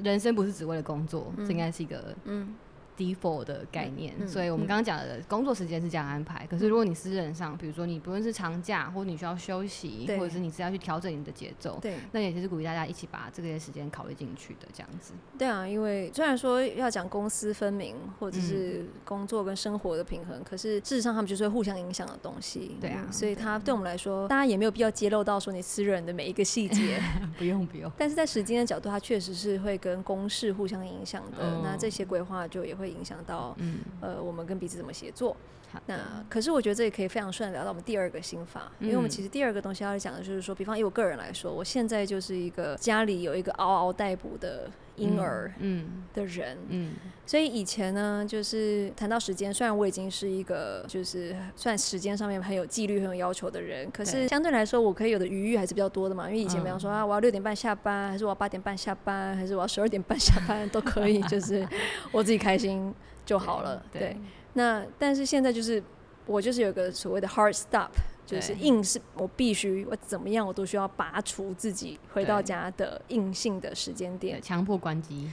S2: 人生不是只为了工作，这应该是一个
S1: 嗯，
S2: default 的概念，
S1: 嗯
S2: 所以我们
S1: 嗯
S2: 刚刚讲的工作时间是这样安排。可是如果你私人上，比如说你不论是长假，或者你需要休息，
S1: 对
S2: 或者是你是要去调整你的节奏，
S1: 对
S2: 那也就是鼓励大家一起把这些时间考虑进去的这样子。
S1: 对啊，因为虽然说要讲公私分明，或者是
S2: 嗯
S1: 工作跟生活的平衡，可是事实上他们就是会互相影响的东西。
S2: 对啊
S1: 嗯所以它对我们来说，大家也没有必要揭露到说你私人的每一个细
S2: <laughs>
S1: 节，
S2: <laughs> 不用不用，
S1: 但是在时间的角度，它确实是会跟公事互相影响的。
S2: 哦
S1: 那这些规划就也会影响到
S2: 嗯，
S1: 呃我们跟彼此怎么协作。
S2: 好的，
S1: 那可是我觉得这也可以非常顺地聊到我们第二个心法，因为我们
S2: 嗯
S1: 其实第二个东西要讲的就是说，比方以我个人来说，我现在就是一个家里有一个嗷嗷待哺的婴儿
S2: 嗯
S1: 的人，
S2: 嗯
S1: 所以以前呢，就是谈到时间，虽然我已经是一个就是算时间上面很有纪律、很有要求的人，可是
S2: 对
S1: 相对来说，我可以有的余裕还是比较多的嘛。因为以前
S2: 嗯
S1: 比方说啊，我要六点半下班，还是我要八点半下班，还是我要十二点半下班都可以，
S2: <laughs>
S1: 就是我自己开心就好了。对，
S2: 对，
S1: 那但是现在就是我就是有个所谓的 hard stop，就是
S2: 对
S1: 硬是我必须我怎么样我都需要拔除自己回到
S2: 对
S1: 家的硬性的时间点
S2: 对。强迫关机，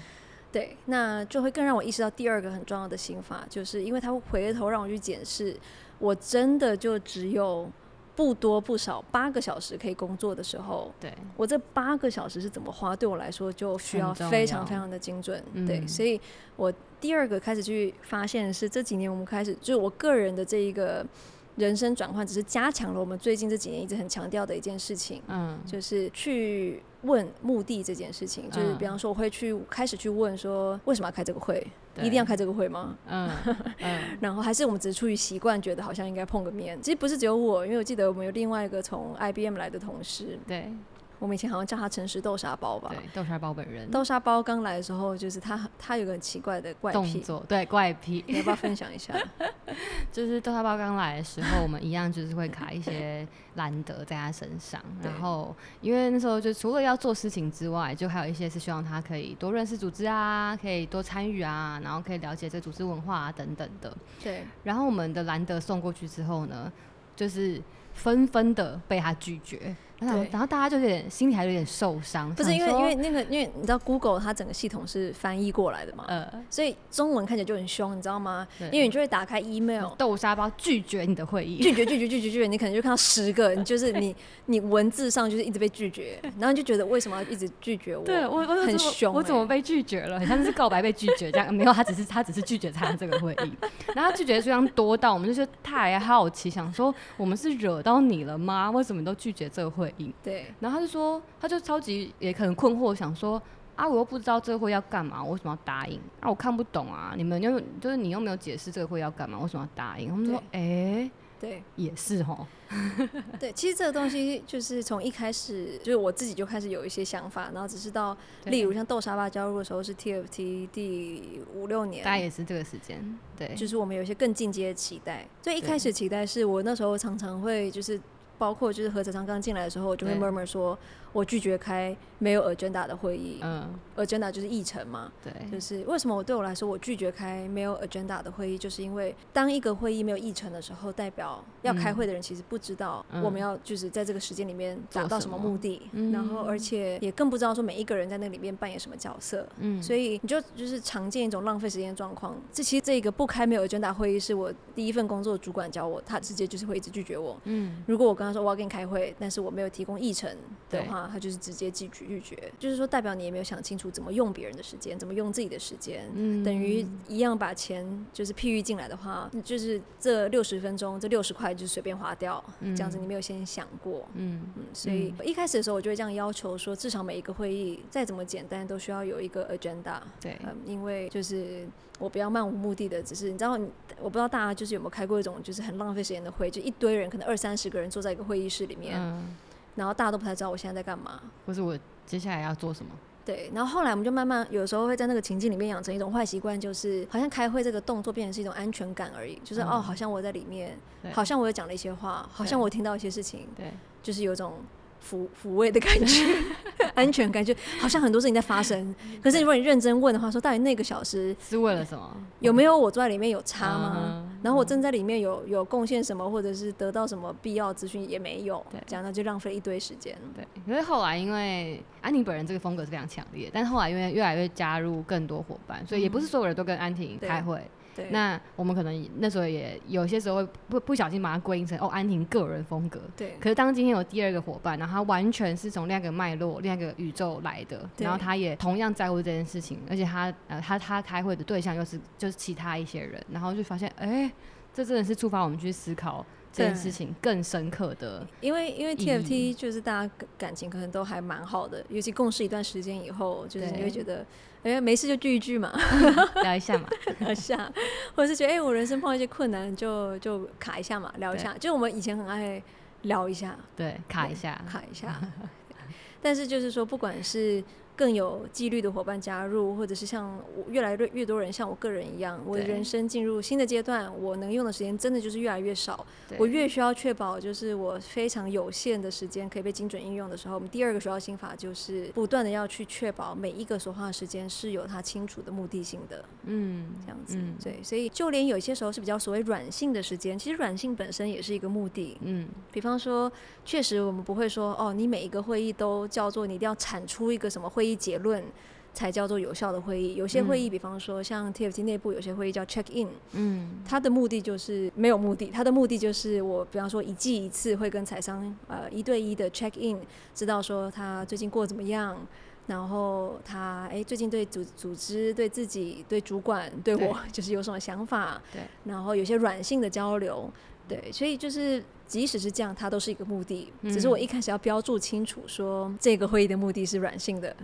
S1: 对，那就会更让我意识到第二个很重要的心法，就是因为他会回头让我去检视，我真的就只有不多不少八个小时可以工作的时候，
S2: 对，
S1: 我这八个小时是怎么花，对我来说就需要
S2: 很重
S1: 非常
S2: 要
S1: 非常的精准。
S2: 嗯
S1: 对，所以我第二个开始去发现是这几年我们开始，就是我个人的这一个人生转换，只是加强了我们最近这几年一直很强调的一件事情。
S2: 嗯，
S1: 就是去问目的这件事情，就是
S2: 嗯
S1: 比方说我会去开始去问说为什么要开这个会，
S2: 对
S1: 一定要，开这个会吗？
S2: 嗯嗯，
S1: 然后还是我们只是出于习惯，觉得好像应该碰个面。其实不是只有我，因为我记得我们有另外一个从 IBM 来的同事，
S2: 对
S1: <laughs> 我们以前好像叫他诚实豆沙包吧。
S2: 对，豆沙包本人
S1: 豆沙包刚来的时候，就是他他有个很奇怪的怪
S2: 动
S1: 癖，
S2: 作，对怪癖，
S1: 你要不要分享一
S2: <laughs>
S1: 下？
S2: 就是豆沙包刚来的时候，我们一样就是会卡一些兰德在他身上，
S1: <laughs> 对
S2: 然后因为那时候就除了要做事情之外，就还有一些是希望他可以多认识组织啊，可以多参与啊，然后可以了解这组织文化啊等等的。
S1: 对，
S2: 然后我们的兰德送过去之后呢，就是纷纷的被他拒绝，然后
S1: 对
S2: 然后大家就有点心里还有点受伤，
S1: 不是
S2: 想
S1: 因为
S2: 说
S1: 因为那个因为你知道 Google 它整个系统是翻译过来的嘛，
S2: 呃，
S1: 所以中文看起来就很凶，你知道吗？
S2: 对嗯
S1: 因为你就会打开 email，
S2: 豆沙包拒绝你的
S1: <laughs>
S2: 会议，
S1: 拒绝拒绝拒绝拒绝，你可能就看到十个，你就是你你文字上就是一直被拒绝，然后你就觉得为什么要一直拒绝我？
S2: 对我，我
S1: 很
S2: 怎么
S1: 凶
S2: 我
S1: 欸
S2: 怎么被拒绝了？很像是告白被拒绝这样， <laughs> 没有，他只是他只是拒绝参加这个会议， <laughs> 然后他拒绝的数量多到我们就是太好奇，想说我们是惹到你了吗？为什么你都拒绝这个会议？
S1: 对
S2: 然后他就说，他就超级也很困惑，想说啊，我又不知道这个会要干嘛，我为什么要答应？啊，我看不懂啊，你们又就是你又没有解释这个会要干嘛，为什么要答应？他们说，哎、
S1: 对
S2: 也是哦，
S1: 对，其实这个东西就是从一开始，就是我自己就开始有一些想法，然后只是到
S2: 对
S1: 例如像豆沙巴加入的时候是 TFT 第五六年
S2: 大，概也是这个时间，对，
S1: 就是我们有一些更进阶的期待。所以一开始期待是我那时候常常会就是。包括就是何哲昌刚进来的时候，我就会
S2: 对
S1: murmur 说，我拒绝开没有 agenda 的会议、
S2: 嗯，
S1: a g e n d a 就是议程嘛。
S2: 对，
S1: 就是为什么我对我来说，我拒绝开没有 agenda 的会议，就是因为当一个会议没有议程的时候，代表要开会的人其实不知道
S2: 嗯
S1: 我们要就是在这个时间里面达到什么目的，
S2: 么嗯
S1: 然后而且也更不知道说每一个人在那里面扮演什么角色。
S2: 嗯，
S1: 所
S2: 以
S1: 以你就就是常见一种浪费时间的状况。这其实这个不开没有 agenda 会议是我第一份工作主管教我，他直接就是会一直拒绝我。
S2: 嗯。
S1: 如果我跟他说我要跟你开会，但是我没有提供议程的话，他就是直接拒绝拒绝，就是说代表你也没有想清楚怎么用别人的时间，怎么用自己的时间。
S2: 嗯
S1: 等于一样把钱就是譬喻进来的话，就是这六十分钟这六十块就随便花掉，这样子你没有先想过。
S2: 嗯
S1: 嗯，所以一开始的时候我就会这样要求说，至少每一个会议再怎么简单都需要有一个 agenda。
S2: 对，
S1: 嗯，因为就是我不要漫无目的的，只是你知道你，我不知道大家就是有没有开过一种就是很浪费时间的会，就一堆人，可能二三十个人坐在一个会议室里面，
S2: 嗯，
S1: 然后大家都不太知道我现在在干嘛。
S2: 或是我接下来要做什么？
S1: 对，然后后来我们就慢慢有时候会在那个情境里面养成一种坏习惯，就是好像开会这个动作变成是一种安全感而已，就是、哦，
S2: 嗯
S1: 好像我在里面，
S2: 对
S1: 好像我有讲了一些话，好像我听到一些事情，
S2: 对，
S1: 就是有种抚抚慰的感
S2: <laughs>
S1: 觉，安全感觉，好像很多事情在发生。可是如果你认真问的话，说到底那个小时
S2: 是为了什么？
S1: 有没有我坐在里面有差吗？
S2: 嗯？
S1: 然后我正在里面有有贡献什么，或者是得到什么必要资讯也没有
S2: 对，
S1: 这样那就浪费一堆时间。
S2: 对，可是后来因为安婷本人这个风格是非常强烈，但是后来因为越来越加入更多伙伴，所以也不是所有人都跟安婷
S1: 嗯对
S2: 开会。
S1: 对，
S2: 那我们可能那时候也有些时候会不不小心把它归因成哦安婷个人风格。
S1: 对
S2: 可是当今天有第二个伙伴，然后他完全是从另一个脉络、另一个宇宙来的，
S1: 对
S2: 然后他也同样在乎这件事情，而且他呃他他开会的对象又是就是其他一些人，然后就发现哎、这真的是触发我们去思考这件
S1: 对
S2: 事情更深刻
S1: <laughs>
S2: 的。
S1: 因为因为
S2: 意义
S1: TFT 就是大家感情可能都还蛮好的，尤其共事一段时间以后，就是
S2: 对
S1: 你会觉得，哎，没事就聚一聚嘛， <laughs>
S2: 聊一下嘛，
S1: 聊一下，或者是觉得，哎，我人生碰到一些困难，就就卡一下嘛，聊一下。就我们以前很爱聊一下，
S2: 对，卡一下，
S1: 卡一下。但是就是说，不管是更有纪律的伙伴加入，或者是像我越来越越多人像我个人一样，我
S2: 对
S1: 人生进入新的阶段，我能用的时间真的就是越来越少。
S2: 对
S1: 我越需要确保，就是我非常有限的时间可以被精准应用的时候，我们第二个学到心法就是不断的要去确保每一个所花的时间是有它清楚的目的性的。
S2: 嗯
S1: 这样子。
S2: 嗯
S1: 对，所以就连有些时候是比较所谓软性的时间，其实软性本身也是一个目的。
S2: 嗯，
S1: 比方说，确实我们不会说哦，你每一个会议都叫做你一定要产出一个什么会议结论。才叫做有效的会议。有些会议，比方说像 TFT 内部有些会议叫 check in，
S2: 嗯
S1: 它的目的就是没有目的，它的目的就是我，比方说一季一次会跟财商呃一对一的 check in，知道说他最近过得怎么样，然后他诶最近对组组织、对自己、对主管、对我就是有什么想法，
S2: 对，
S1: 然后有些软性的交流，对，所以就是即使是这样，它都是一个目的，只是
S2: 嗯
S1: 我一开始要标注清楚说这个会议的目的是软性的，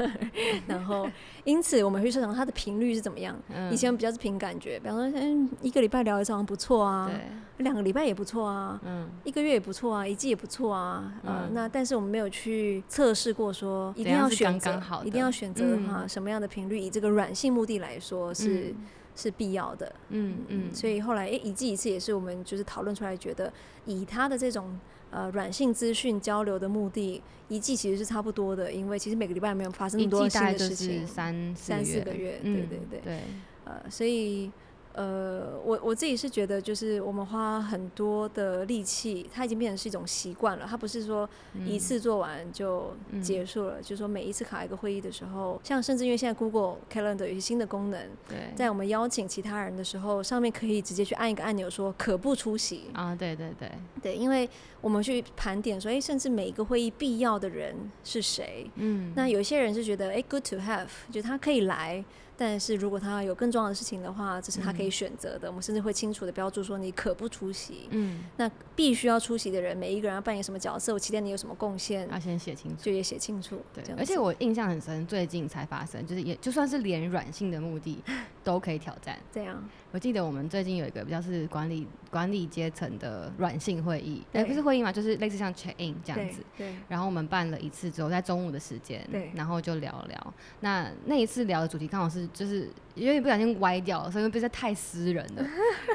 S1: <laughs> 然后因此我们会设想它的频率是怎么样。
S2: 嗯，
S1: 以前比较是凭感觉，比方说，嗯，一个礼拜聊一次好像不错啊，
S2: 对，
S1: 两个礼拜也不错啊，
S2: 嗯，
S1: 一个月也不错啊，一季也不错啊，呃
S2: 嗯
S1: 那但是我们没有去测试过说一定
S2: 怎
S1: 要
S2: 样是
S1: 选择，
S2: 刚刚好的嗯
S1: 一定要选择的话，什么样的频率以这个软性目的来说是、是必要的，
S2: 嗯嗯，
S1: 所以后来诶一季一次也是我们就是讨论出来，觉得以他的这种。呃，软性资讯交流的目的，一季其实是差不多的，因为其实每个礼拜没有发生那
S2: 一
S1: 么多
S2: 季
S1: 新
S2: 大概
S1: 的
S2: 就
S1: 事
S2: 是
S1: 情，
S2: 三
S1: 三四个月对
S2: 嗯
S1: 对对
S2: 对，
S1: 呃，所以呃，我我自己是觉得，就是我们花很多的力气，它已经变成是一种习惯了。它不是说一次做完就
S2: 嗯
S1: 结束了，就是说每一次卡一个会议的时候，像甚至因为现在 Google Calendar 有一些新的功能，
S2: 对，
S1: 在我们邀请其他人的时候，上面可以直接去按一个按钮说可不出席。
S2: 啊，对对对，
S1: 对，因为我们去盘点说，诶，甚至每一个会议必要的人是谁，
S2: 嗯，
S1: 那有些人是觉得，哎，good to have，就他可以来，但是如果他有更重要的事情的话，这是他可
S2: 嗯
S1: 以选择的。我们甚至会清楚的标注说你可不出席。
S2: 嗯，
S1: 那必须要出席的人，每一个人要扮演什么角色，我期待你有什么贡献，
S2: 要先写清楚。
S1: 就也写清楚。
S2: 啊对
S1: 这，样
S2: 而且
S1: 子
S2: 我印象很深，最近才发生，就是也就算是连软性的目的都可以挑战。
S1: 这样，
S2: 我记得我们最近有一个比较是管理管理阶层的软性会议，哎，
S1: 对
S2: 不是会议嘛，就是类似像 check in 这样
S1: 对
S2: 子。
S1: 对
S2: 然后我们办了一次之后，在中午的时间，
S1: 对
S2: 然后就聊聊。那那一次聊的主题刚好是就是有点不小心歪掉了，所以变得太私人了。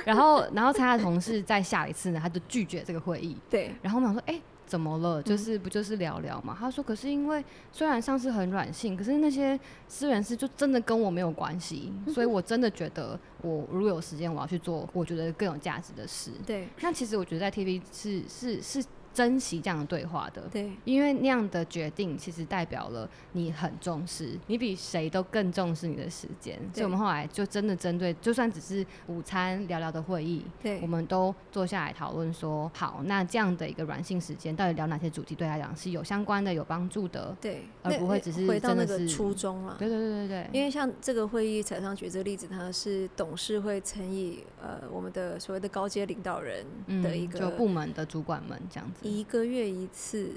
S2: 然后然后参加的同事在下一次呢，他就拒绝这个会议。
S1: 对
S2: 然后我们想说，哎、怎么了？就是不就是聊聊嘛？他说，可是因为虽然上次很软性，可是那些私人事就真的跟我没有关系，所以我真的觉得我如果有时间，我要去做我觉得更有价值的事。
S1: 对
S2: 那其实我觉得在 TV 是是是珍惜这样的对话的，
S1: 对
S2: 因为那样的决定其实代表了你很重视，你比谁都更重视你的时间。所以我们后来就真的针对，就算只是午餐聊聊的会议，我
S1: 对
S2: 们都坐下来讨论说，好，那这样的一个软性时间，到底聊哪些主题对他来讲是有相关的、有帮助的？
S1: 对，
S2: 而
S1: 那
S2: 不会
S1: 那
S2: 只是
S1: 回到
S2: 真
S1: 那个
S2: 的是
S1: 初衷了。
S2: 对对对对对，
S1: 因为像这个会议，采上举这个例子，它是董事会乘以呃我们的所谓的高阶领导人
S2: 嗯
S1: 的一个、
S2: 就部门的主管们这样子，
S1: 一个月一次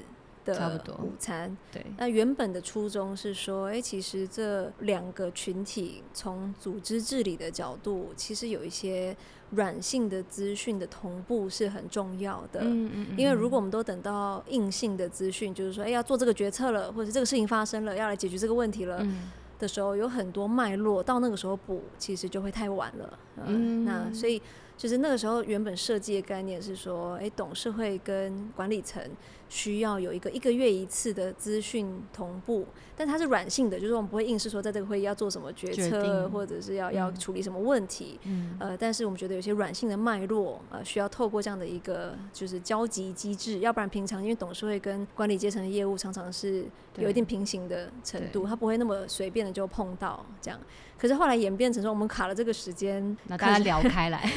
S2: 差
S1: 的
S2: 不多
S1: 午餐。
S2: 对
S1: 那原本的初衷是说，哎、其实这两个群体从组织治理的角度，其实有一些软性的资讯的同步是很重要的。
S2: 嗯嗯嗯
S1: 呃因为如果我们都等到硬性的资讯，就是说，哎、要做这个决策了，或者是这个事情发生了，要来解决这个问题了、
S2: 嗯
S1: 的时候，有很多脉络，到那个时候补，其实就会太晚了。呃
S2: 嗯
S1: 那所以就是那个时候原本设计的概念是说，诶，董事会跟管理层需要有一个一个月一次的资讯同步，但它是软性的，就是我们不会硬是说在这个会议要做什么决
S2: 决
S1: 策，
S2: 定
S1: 或者是要要
S2: 嗯
S1: 处理什么问题。
S2: 嗯，
S1: 呃，但是我们觉得有些软性的脉络，呃，需要透过这样的一个就是交集机制，要不然平常因为董事会跟管理阶层的业务常常是有一定平行的程度，它不会那么随便的就碰到这样。可是后来演变成说，我们卡了这个时间，
S2: 那大家聊开来，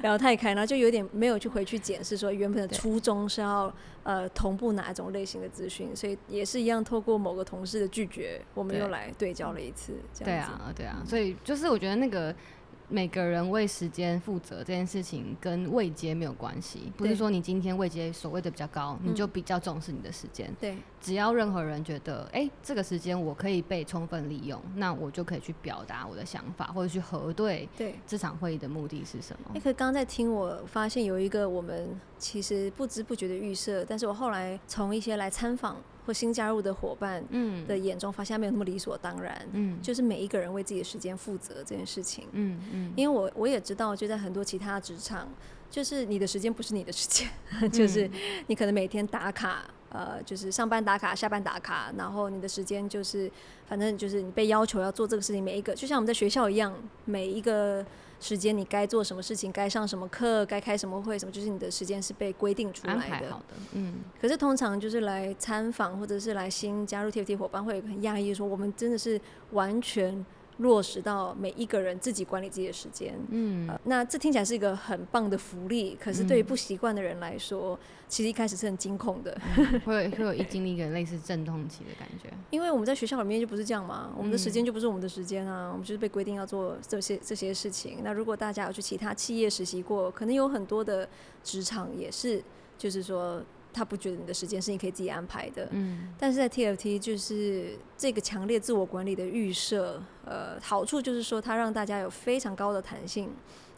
S1: 聊太开，然后就有点没有去回去检视说原本的
S2: 对
S1: 初衷是要呃同步哪一种类型的资讯，所以也是一样透过某个同事的拒绝，我们
S2: 对
S1: 又来对焦了一次，这
S2: 对
S1: 样子。
S2: 啊，对啊，所以就是我觉得那个每个人为时间负责这件事情跟位阶没有关系，不是
S1: 对
S2: 说你今天位阶所谓的比较高，你就
S1: 嗯
S2: 比较重视你的时间。
S1: 对
S2: 只要任何人觉得，哎、这个时间我可以被充分利用，那我就可以去表达我的想法，或者去核对
S1: 对。
S2: 这场会议的目的是什
S1: 哎、
S2: 么。
S1: 可刚刚在听，我发现有一个我们其实不知不觉的预设，但是我后来从一些来参访或新加入的伙伴
S2: 嗯
S1: 的眼中，发现没有那么理所当然，
S2: 嗯
S1: 就是每一个人为自己的时间负责这件事情。
S2: 嗯嗯，
S1: 因为我我也知道，就在很多其他职场，就是你的时间不是你的时间， <laughs>
S2: 嗯
S1: 就是你可能每天打卡，呃，就是上班打卡、下班打卡，然后你的时间就是反正就是你被要求要做这个事情，每一个就像我们在学校一样，每一个时间你该做什么事情，该上什么课，该开什么会什么，就是你的时间是被规定出
S2: 安
S1: 来
S2: 排
S1: 的
S2: 好。的，嗯，
S1: 可是通常就是来参访或者是来新加入 TFT 伙伴，会有一个很讶异，说我们真的是完全落实到每一个人自己管理自己的时间。
S2: 嗯
S1: 呃那这听起来是一个很棒的福利，可是对于不习惯的人来说，其实一开始是很惊恐的，
S2: 会有会有一经历一个类似阵痛期的感觉。
S1: 因为我们在学校里面就不是这样嘛，我们的时间就不是我们的时间啊，我们就是被规定要做这些这些事情。那如果大家有去其他企业实习过，可能有很多的职场也是，就是说他不觉得你的时间是你可以自己安排的，
S2: 嗯，
S1: 但是在 TFT 就是这个强烈自我管理的预设，呃，好处就是说它让大家有非常高的弹性，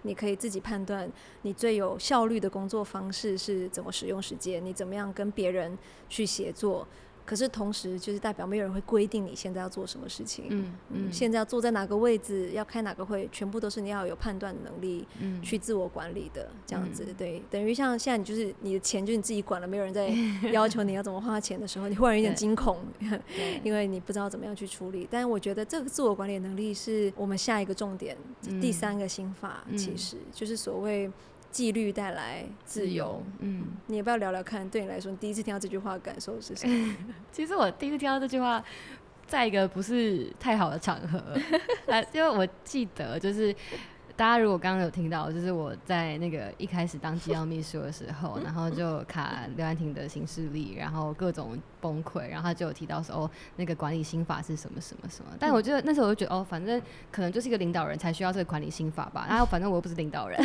S1: 你可以自己判断你最有效率的工作方式是怎么使用时间，你怎么样跟别人去协作。可是同时就是代表没有人会规定你现在要做什么事情，
S2: 嗯嗯
S1: 现在要坐在哪个位置，要开哪个会，全部都是你要有判断能力，
S2: 嗯
S1: 去自我管理的这样子，对，等于像现在你就是你的钱就是你自己管了，没有人在 <laughs> 要求你要怎么花钱的时候，你忽然有点
S2: <laughs> 对
S1: 惊恐，
S2: 对
S1: 因为你不知道怎么样去处理。但我觉得这个自我管理能力是我们下一个重点，
S2: 嗯
S1: 第三个心法，
S2: 嗯
S1: 其实就是所谓纪律带来自由。，
S2: 嗯。
S1: 你要不要聊聊看？对你来说，你第一次听到这句话的感受是
S2: <laughs>
S1: 什么？
S2: 其实我第一次听到这句话，在一个不是太好的场合，啊，因为我记得就是。大家如果刚刚有听到，就是我在那个一开始当机要秘书的时候，然后就卡刘安婷的行事历，然后各种崩溃，然后他就有提到说哦，那个管理心法是什么什么什么。但我觉得那时候我就觉得哦，反正可能就是一个领导人才需要这个管理心法吧。然后反正我又不是领导人， <laughs>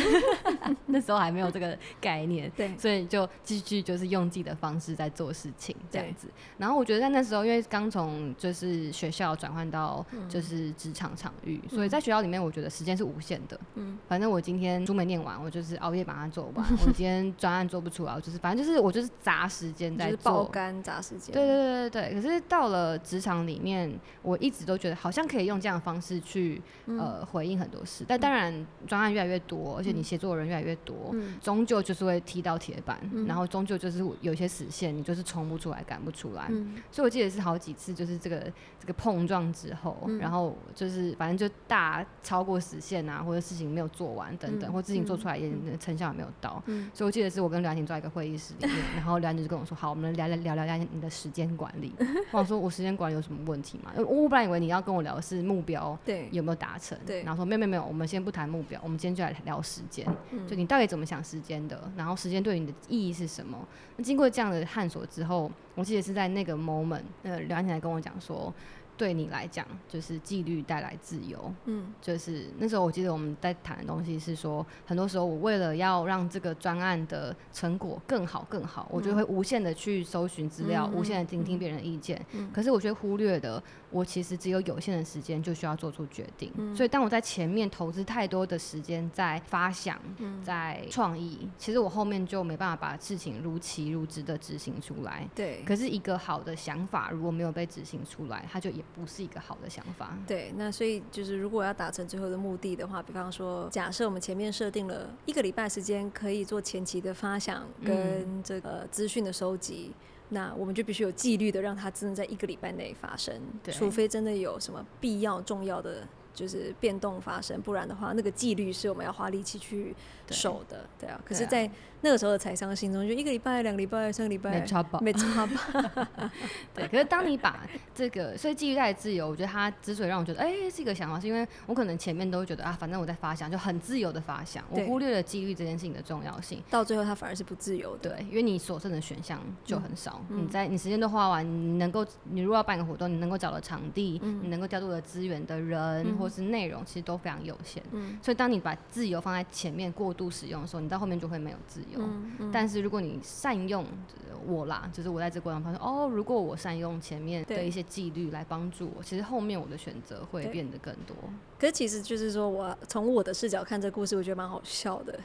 S2: 那时候还没有这个概念。
S1: 对，
S2: 所以就继续就是用自己的方式在做事情这样
S1: 对
S2: 子。然后我觉得在那时候，因为刚从就是学校转换到
S1: 嗯
S2: 就是职场场域，所以在学校里面，我觉得时间是无限的。
S1: 嗯
S2: 反正我今天书没念完，我就是熬夜把它做
S1: <laughs>
S2: 完；我今天专案做不出来，我就是反正就是我就是砸时间
S1: 就
S2: 在
S1: 是爆
S2: 做。
S1: 肝砸时间。
S2: 对对对对对，可是到了职场里面，我一直都觉得好像可以用这样的方式去、
S1: 嗯
S2: 呃回应很多事，但当然专案越来越多，而且你协作的人越来越多，
S1: 嗯
S2: 终究就是会踢到铁板，
S1: 嗯
S2: 然后终究就是有一些死线，你就是冲不出来，赶不出来。
S1: 嗯
S2: 所以我记得是好几次，就是这个这个碰撞之后，
S1: 嗯
S2: 然后就是反正就大超过时限啊，或者事情没有做完等等，
S1: 嗯
S2: 或事情做出来也成效也没有到。
S1: 嗯
S2: 所以我记得是我跟梁婷坐在一个会议室里面，然后梁婷就跟我说：“好，我们来聊聊聊聊你的时间管
S1: <laughs>
S2: 理。”我想说：“我时间管理有什么问题吗？”呃我本来以为你要跟我聊的是目标
S1: 对，
S2: 有没有达成，
S1: 对
S2: 然后说：“没有没有没有，我们先不谈目标，我们今天就来聊时间。”
S1: 嗯
S2: 就你到底怎么想时间的，然后时间对你的意义是什么？那经过这样的探索之后，我记得是在那个 moment，呃，刘安婷来跟我讲说，对你来讲就是纪律带来自由，
S1: 嗯
S2: 就是那时候我记得我们在谈的东西是说，很多时候我为了要让这个专案的成果更好更好，我就会无限的去搜寻资料，
S1: 嗯
S2: 无限的聆听别人的意见，可是我却忽略的我其实只有有限的时间就需要做出决定。
S1: 嗯
S2: 所以当我在前面投资太多的时间在发想、
S1: 嗯
S2: 在创意，其实我后面就没办法把事情如期如职的执行出来。
S1: 对
S2: 可是一个好的想法如果没有被执行出来，它就也不是一个好的想法。
S1: 对，那所以就是如果要达成最后的目的的话，比方说，假设我们前面设定了一个礼拜时间可以做前期的发想
S2: 嗯
S1: 跟这个资讯的收集。那我们就必须有纪律的让它真的在一个礼拜内发生，
S2: 对
S1: 除非真的有什么必要重要的就是变动发生，不然的话，那个纪律是我们要花力气去
S2: 对
S1: 守的，对啊。可是，
S2: 对啊
S1: 在那个时候的财商心中，就一个礼拜、两个礼拜、三个礼拜
S2: 没，差
S1: <laughs>
S2: 吧？
S1: 没差吧？
S2: 对，可是当你把这个，所以基于带自由，我觉得它之所以让我觉得，哎、是一个想法，是因为我可能前面都觉得啊，反正我在发想，就很自由的发想，我
S1: 对嗯
S2: 忽略了机遇这件事情的重要性。
S1: 到最后，它反而是不自由的。
S2: 对，因为你所剩的选项就很少，你在你时间都花完，你能够，你如果要办个活动，你能够找的场地，你能够调度的资源的人、或是内容，其实都非常有限。
S1: 嗯
S2: 所以当你把自由放在前面过度使用的时候，你到后面就会没有自由。
S1: 嗯嗯
S2: 但是如果你善用呃我啦，就是我在这过程中发现，哦，如果我善用前面的
S1: 对
S2: 一些纪律来帮助我，其实后面我的选择会
S1: 对
S2: 变得更多。 <laughs>
S1: 可是其实就是说我从我的视角看这故事，我觉得蛮好笑
S2: <laughs>
S1: 的。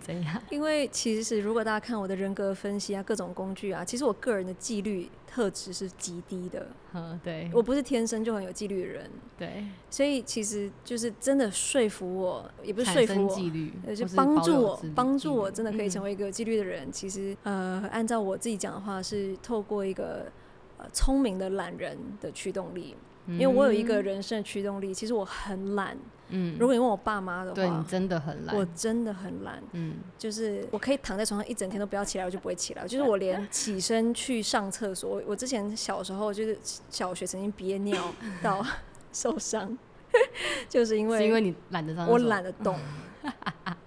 S2: 怎样？
S1: 因为其实如果大家看我的人格分析啊，各种工具啊，其实我个人的纪律特质是极低的。
S2: 嗯，对，
S1: 我不是天生就很有纪律的人，
S2: 对，
S1: 所以其实就是真的说服我，也不是
S2: 产
S1: 说
S2: 生
S1: 服
S2: 纪
S1: 我。
S2: 律，
S1: 呃，
S2: 或
S1: 就是帮
S2: 保
S1: 助
S2: 有
S1: 我
S2: 自律，嗯
S1: 帮
S2: 纪
S1: 助我
S2: 律
S1: 真的可以成
S2: 嗯
S1: 为一个有纪律的人。其实，呃，按照我自己讲的话，是透过一个呃聪明的懒人的驱动力，因为我有一个人生的驱动力。其实我很懒，
S2: 嗯，
S1: 如果你问我爸妈的
S2: 对你
S1: 话，
S2: 真的很懒，
S1: 我真的很懒，
S2: 嗯，
S1: 就是我可以躺在床上一整天都不要起来，我就不会起来。就是我
S2: <laughs>
S1: 连起身去上厕所，我我之前小时候就是小学曾经憋尿
S2: <laughs>
S1: 到受伤，就是因
S2: 是因为
S1: 为
S2: 你懒得上厕
S1: 我
S2: 所嗯
S1: 懒得动。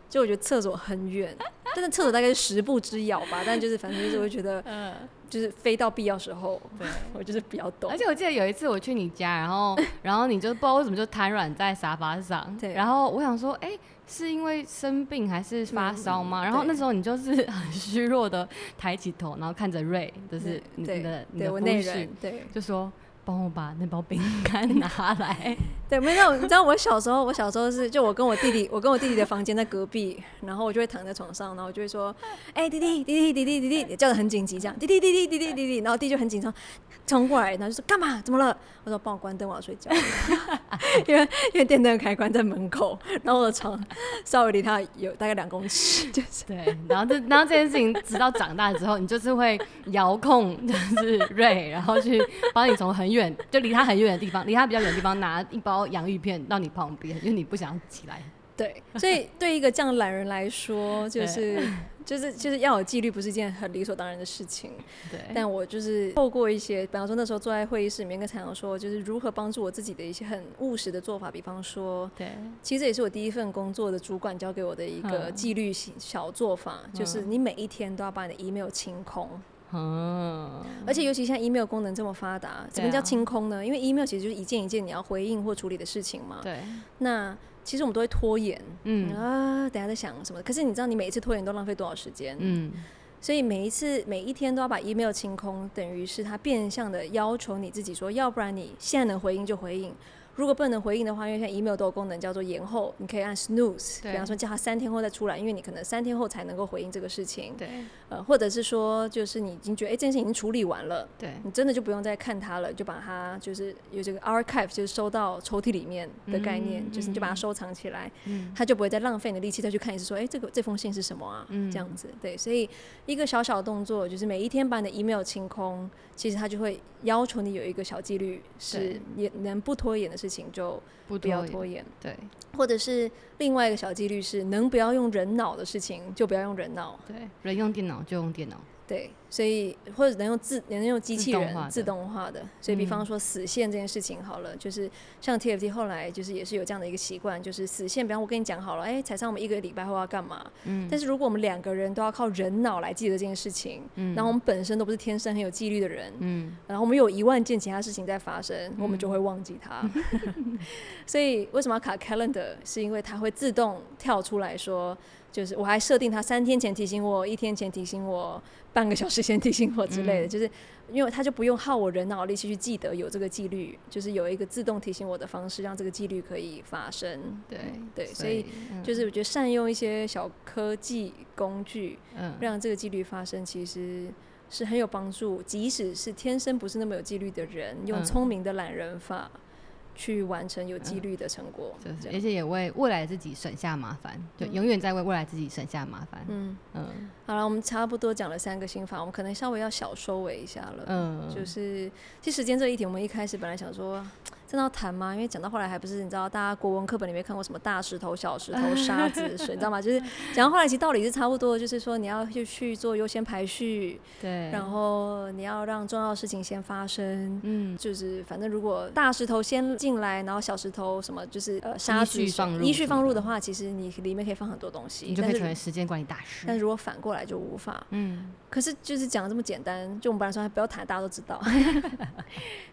S1: 就我觉得厕所很远，但是厕所大概是十步之遥吧。但就是反正就是我会觉得，就是非到必要时候，
S2: 嗯对。
S1: 我就是不要动
S2: 而。且我记得有一次我去你家，
S1: <laughs>
S2: 然后然后你就不知道为什么就瘫软在沙发上，
S1: 对
S2: 然后我想说，哎、是因为生病还是发烧吗？然后
S1: 嗯对
S2: 那时候你就是很虚弱的抬起头，然后看着瑞，就是
S1: 嗯
S2: 你
S1: 对
S2: 的你
S1: 对
S2: 的
S1: 我
S2: 夫
S1: 内
S2: 婿
S1: 人，，对
S2: 就说帮我把那包饼干拿来。
S1: 对，没有，你知道我小时候，我小时候是就我跟我弟弟，我跟我弟弟的房间在隔壁，然后我就会躺在床上，然后我就会说，哎、弟弟，弟弟，弟弟，弟弟，叫的很紧急，这样，弟弟，弟弟，弟弟，弟弟，然后弟就很紧张，冲过来，然后就说干嘛？怎么了？我说帮我关灯，我要睡觉，因为因为电灯的开关在门口，然后我的床稍微离他有大概两公尺，就是
S2: 对，然后
S1: <laughs>
S2: 这然后这件事情直到长大之后，你就是会遥控，就是瑞，然后去帮你从很远，就离他很远的地方，离他比较远的地方拿一包洋芋片到你旁边，因为你不想起来。
S1: 对，所以对一个这样懒人来说，就
S2: 对
S1: 是就是就是要有纪律，不是一件很理所当然的事情。
S2: 对，
S1: 但我就是透过一些，比方说那时候坐在会议室里面跟采阳说，就是如何帮助我自己的一些很务实的做法，比方说，
S2: 对
S1: 其实这也是我第一份工作的主管教给我的一个
S2: 嗯
S1: 纪律小小做法，就是
S2: 嗯
S1: 你每一天都要把你的 email 清空，
S2: 嗯，
S1: 而且尤其现在 email 功能这么发达，什么
S2: 对啊
S1: 叫清空呢？因为 email 其实就是一件一件你要回应或处理的事情嘛。
S2: 对，
S1: 那其实我们都会拖延，
S2: 嗯
S1: 啊，等一下再想什么。可是你知道，你每一次拖延都浪费多少时间？
S2: 嗯，
S1: 所以每一次每一天都要把 email 清空，等于是他变相的要求你自己说，要不然你现在能回应就回应，如果不能回应的话，因为现在 email 都有功能叫做延后，你可以按 snooze，
S2: 对
S1: 比方说叫他三天后再出来，因为你可能三天后才能够回应这个事情，
S2: 对
S1: 呃，或者是说就是你已经觉得哎、这件事情已经处理完了。
S2: 对
S1: 你真的就不用再看它了，就把它就是有这个 archive，就是收到抽屉里面的概念，
S2: 嗯
S1: 就是你就把它收藏起来，
S2: 嗯
S1: 他就不会再浪费你的力气再去看一次，说，哎、这个这封信是什么啊？
S2: 嗯
S1: 这样子，对，所以一个小小的动作，就是每一天把你的 email 清空，其实他就会要求你有一个小纪律，是
S2: 对
S1: 也能不拖延的事情就
S2: 不
S1: 不要拖延，
S2: 对
S1: 或者是另外一个小纪律是能不要用人脑的事情就不要用人脑，
S2: 对，人用电脑就用电脑，
S1: 对，所以或者能用自能用机器
S2: 自
S1: 人
S2: 动化的
S1: 自动化的，所以比
S2: 嗯
S1: 方说死线这件事情好了，就是像 TFT 后来就是也是有这样的一个习惯，就是死线，比方我跟你讲好了，哎、才上我们一个礼拜后要干嘛，
S2: 嗯
S1: 但是如果我们两个人都要靠人脑来记得这件事情，
S2: 嗯
S1: 然后我们本身都不是天生很有纪律的人，
S2: 嗯
S1: 然后我们有一万件其他事情在发生，我们就会忘记
S2: <laughs>
S1: 它。所以为什么要卡 calendar？是因为它会自动跳出来说，就是我还设定它三天前提醒我，一天前提醒我，半个小事先提醒我之类
S2: 嗯
S1: 的，就是因为他就不用耗我人脑力气去记得有这个纪律，就是有一个自动提醒我的方式，让这个纪律可以发生。
S2: 对
S1: 对，所以
S2: 嗯
S1: 就是我觉得善用一些小科技工具，
S2: 嗯嗯
S1: 让这个纪律发生，其实是很有帮助。即使是天生不是那么有纪律的人，用
S2: 嗯
S1: 聪明的懒人法去完成有纪
S2: 嗯
S1: 律的成果，
S2: 就是
S1: 这，
S2: 而
S1: 样
S2: 且也为未来自己省下麻烦，对，
S1: 嗯
S2: 永远在为未来自己省下麻烦。
S1: 嗯。
S2: 嗯
S1: 好了，我们差不多讲了三个心法，我们可能稍微要小收尾一下了。
S2: 嗯，
S1: 呃就是其实时间这一题，我们一开始本来想说，真的要谈吗？因为讲到后来还不是你知道，大家国文课本里面看过什么大石头、小石头、沙子、
S2: <laughs>
S1: 水，你知道吗？就是讲到后来，其实道理是差不多的，就是说你要去去做优先排序，
S2: 对，
S1: 然后你要让重要的事情先发生。
S2: 嗯，
S1: 就是反正如果大石头先进来，然后小石头什么就是呃沙子
S2: 依序放入
S1: 依序放入
S2: 什么的
S1: 的话，其实你里面可以放很多东西，
S2: 你就可以
S1: 但
S2: 成为
S1: 是
S2: 时间管理大师。
S1: 但如果反过来就无法。
S2: 嗯，
S1: 可是就是讲得这么简单，就我们本来说还不要谈，大家都知道， <laughs>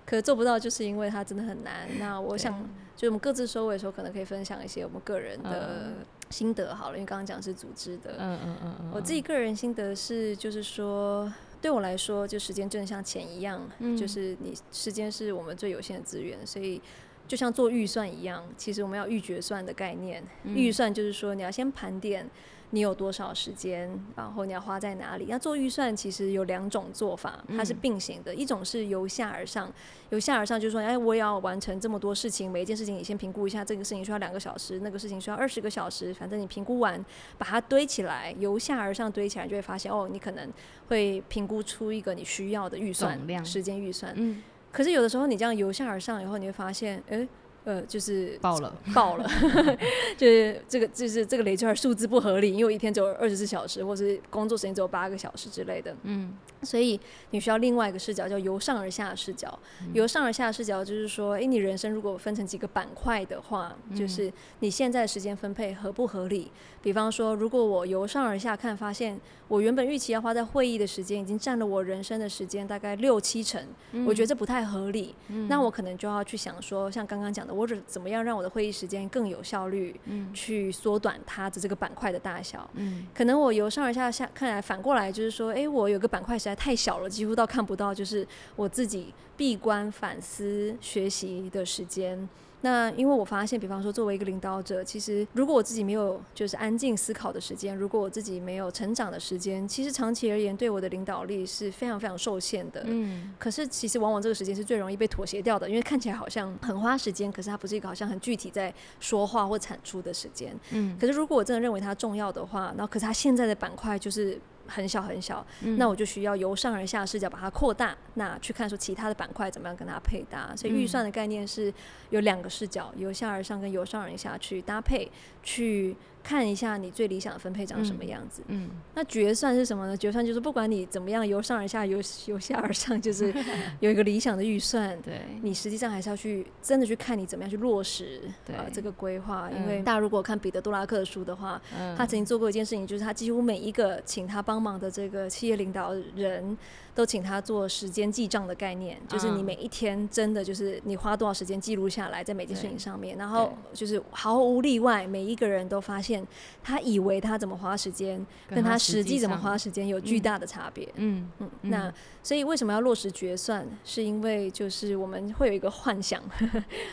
S1: 可是做不到，就是因为它真的很难。那我
S2: 对
S1: 想，就我们各自收尾的时候，可能可以分享一些我们个人的
S2: 嗯
S1: 心得好了，因为刚刚讲是组织的。
S2: 嗯嗯嗯嗯，
S1: 我自己个人心得是，就是说，对我来说，就时间真的像钱一样，
S2: 嗯
S1: 就是你时间是我们最有限的资源，所以就像做预算一样，其实我们要预决算的概念。
S2: 嗯
S1: 预算就是说，你要先盘点你有多少时间，然后你要花在哪里。那做预算其实有两种做法，它是
S2: 嗯
S1: 并行的，一种是由下而上，由下而上就是说，哎，我也要完成这么多事情，每一件事情你先评估一下，这个事情需要两个小时，那个事情需要二十个小时，反正你评估完，把它堆起来，由下而上堆起来，就会发现哦，你可能会评估出一个你需要的预算
S2: 总量
S1: 时间预算。
S2: 嗯
S1: 可是有的时候你这样由下而上以后，你会发现，哎，呃，就是
S2: 爆了，
S1: 爆了， <laughs> 就是这个就是这个累圈数字不合理，因为我一天只有二十四小时，或是工作时间只有八个小时之类的，
S2: 嗯
S1: 所以你需要另外一个视角，叫由上而下的视角。由上而下的视角就是说，诶，你人生如果分成几个板块的话，就是你现在的时间分配合不合理？比方说，如果我由上而下看，发现我原本预期要花在会议的时间，已经占了我人生的时间大概六七成，我觉得这不太合理。那我可能就要去想说，像刚刚讲的，我怎怎么样让我的会议时间更有效率，去缩短它的这个板块的大小。
S2: 嗯
S1: 可能我由上而下下看来，反过来就是说，诶，我有个板块实在太小了，几乎到看不到，就是我自己闭关反思学习的时间。那因为我发现，比方说作为一个领导者，其实如果我自己没有就是安静思考的时间，如果我自己没有成长的时间，其实长期而言对我的领导力是非常非常受限的。
S2: 嗯
S1: 可是其实往往这个时间是最容易被妥协掉的，因为看起来好像很花时间，可是它不是一个好像很具体在说话或产出的时间。
S2: 嗯，
S1: 可是如果我真的认为它重要的话，然后可是它现在的板块就是很小很小，那我就需要由上而下视角把它扩大，那去看说其他的板块怎么样跟它配搭。所以预算的概念是有两个视角，由下而上跟由上而下去搭配，去看一下你最理想的分配长什么样子。
S2: 嗯
S1: 那决算是什么呢？决算就是不管你怎么样由上而下，由由下而上，就是有一个理想的预算。
S2: 对
S1: 你实际上还是要去真的去看你怎么样去落实
S2: 对
S1: 呃这个规划，
S2: 嗯
S1: 因为大家如果看彼得·杜拉克的书的话，
S2: 嗯
S1: 他曾经做过一件事情，就是他几乎每一个请他帮忙的这个企业领导人都请他做时间记账的概念，就是你
S2: 嗯
S1: 每一天真的就是你花多少时间记录下来在每件事情
S2: 对
S1: 上面，然后就是毫无例外，每一个人都发现他以为他怎么花时间，跟他实际怎么花，时间有巨大的差别。
S2: 嗯
S1: 嗯，
S2: 嗯
S1: 那所以为什么要落实决算？是因为就是我们会有一个幻想， <laughs>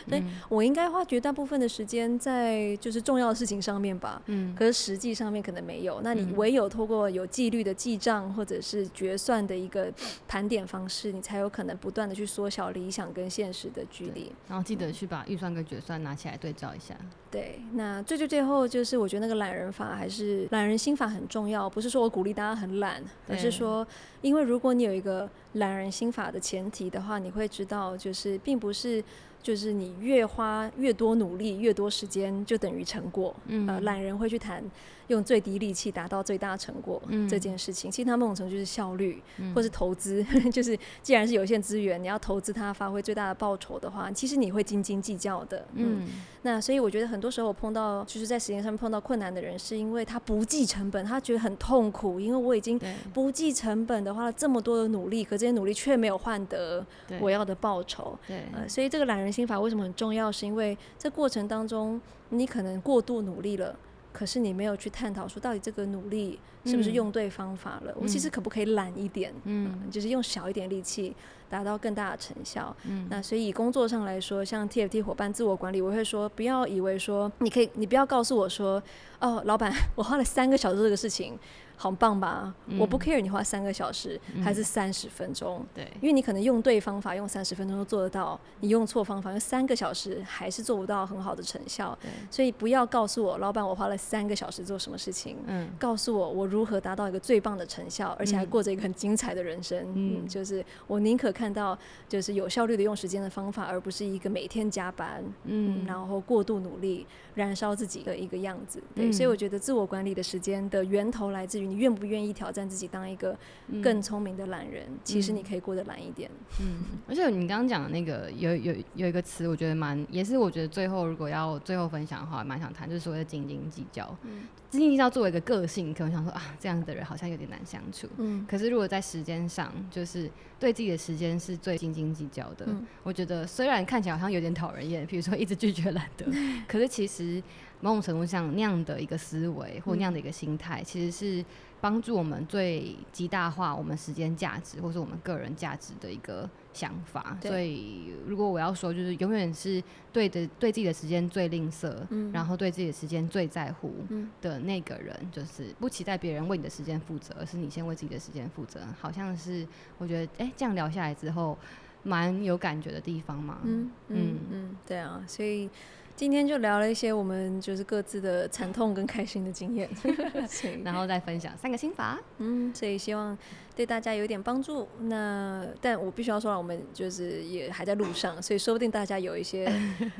S1: 所以我应该花绝大部分的时间在就是重要的事情上面吧。
S2: 嗯
S1: 可是实际上面可能没有，那你
S2: 嗯
S1: 唯有透过有纪律的记账或者是决算的一个盘点方式，你才有可能不断的去缩小理想跟现实的距离。
S2: 然后记得去把预算跟决算拿起来对照一下。
S1: 对，那最最最后就是，我觉得那个懒人法还是懒人心法很重要。不是说我鼓励大家很懒，而是
S2: 对
S1: 说，因为如果你有一个懒人心法的前提的话，你会知道，就是并不是就是你越花越多努力、越多时间就等于成果。
S2: 嗯
S1: 呃，懒人会去谈用最低力气达到最大成果、
S2: 嗯
S1: 这件事情，其实它某种程度就是效率，
S2: 嗯
S1: 或是投资。 <laughs> 就是既然是有限资源，你要投资它发挥最大的报酬的话，其实你会斤斤计较的。嗯
S2: 嗯
S1: 那所以我觉得很多时候我碰到就是在时间上面碰到困难的人，是因为他不计成本，他觉得很痛苦，因为我已经
S2: 对
S1: 不计成本的花了这么多的努力，可这些努力却没有换得
S2: 对
S1: 我要的报酬。
S2: 对
S1: 呃，所以这个懒人心法为什么很重要？是因为这过程当中你可能过度努力了。可是你没有去探讨说到底这个努力是不是
S2: 嗯
S1: 用对方法了？我其实
S2: 嗯
S1: 可不可以懒一点？
S2: 嗯
S1: 就是用小一点力气达到更大的成效。
S2: 嗯
S1: 那所以以工作上来说，像 TFT 伙伴自我管理，我会说不要以为说你可以，你不要告诉我说，哦，老板， <laughs> 我花了三个小时做这个事情，好棒吧？我不
S2: 嗯
S1: care 你花三个小时还是三十分钟。
S2: 对，
S1: 因为你可能用对方法用三十分钟就做得到，你用错方法用三个小时还是做不到很好的成效。
S2: 对，
S1: 所以不要告诉我，老板，我花了三个小时做什么事情。
S2: 嗯，
S1: 告诉我我如何达到一个最棒的成效，而且还
S2: 嗯
S1: 过着一个很精彩的人生。嗯，
S2: 嗯
S1: 就是我宁可看到就是有效率的用时间的方法，而不是一个每天加班，嗯，
S2: 嗯
S1: 然后过度努力燃烧自己的一个样子。对，
S2: 嗯
S1: 所以我觉得自我管理的时间的源头来自于你愿不愿意挑战自己，当一个
S2: 嗯
S1: 更聪明的懒人。其实你可以过得懒一点。
S2: 嗯而且你刚刚讲的那个有有有一个词，我觉得蛮也是，我觉得最后如果要最后分享的话，蛮想谈，就是所谓的斤斤计较。
S1: 嗯
S2: 斤斤计较作为一个个性，可能想说啊，这样的人好像有点难相处。
S1: 嗯
S2: 可是如果在时间上，就是对自己的时间是最斤斤计较的。
S1: 嗯
S2: 我觉得虽然看起来好像有点讨人厌，比如说一直拒绝懒得，可是其实某种程度上那样的一个思维或那样的一个心态，其实是帮助我们最极大化我们时间价值或是我们个人价值的一个想法。
S1: 对
S2: 所以如果我要说，就是永远是对的对自己的时间最吝啬，
S1: 嗯
S2: 然后对自己的时间最在乎，
S1: 嗯
S2: 的那个人，就是不期待别人为你的时间负责，而是你先为自己的时间负责。好像是我觉得，哎、这样聊下来之后，蛮有感觉的地方嘛。
S1: 嗯嗯
S2: 嗯
S1: 嗯，对啊，所以。今天就聊了一些我们就是各自的惨痛跟开心的经
S2: <laughs>
S1: 验，所以
S2: 然后再分享三个心法。
S1: 嗯，所以希望对大家有一点帮助。那但我必须要说了，啊我们就是也还在路上，所以说不定大家有一
S2: <laughs>
S1: 些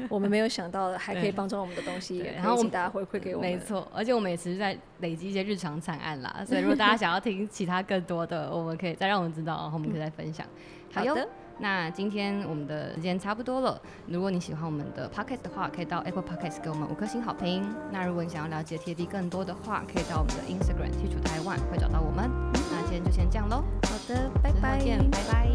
S1: 我们没有想到的，还可以
S2: 对
S1: 帮助我们的东西，
S2: 对
S1: 也
S2: 然
S1: 可
S2: 后
S1: 以
S2: 我
S1: 请
S2: 们
S1: 大家回馈给我们。
S2: 没，错，而且我们也持续在累积一些日常惨案啦，所以如果大家想要听其他更多的，我们可以再让我们知道，然后我们可以再分享。
S1: 好
S2: 哟
S1: 的，
S2: 那今天我们的时间差不多了。如果你喜欢我们的 podcast 的话，可以到 Apple Podcast 给我们五颗星好评。那如果你想要了解 TFT 更多的话，可以到我们的 Instagram 剔除台湾会找到我们。那今天就先这样喽，
S1: 好的，拜
S2: 之后
S1: 拜。
S2: 见，拜拜。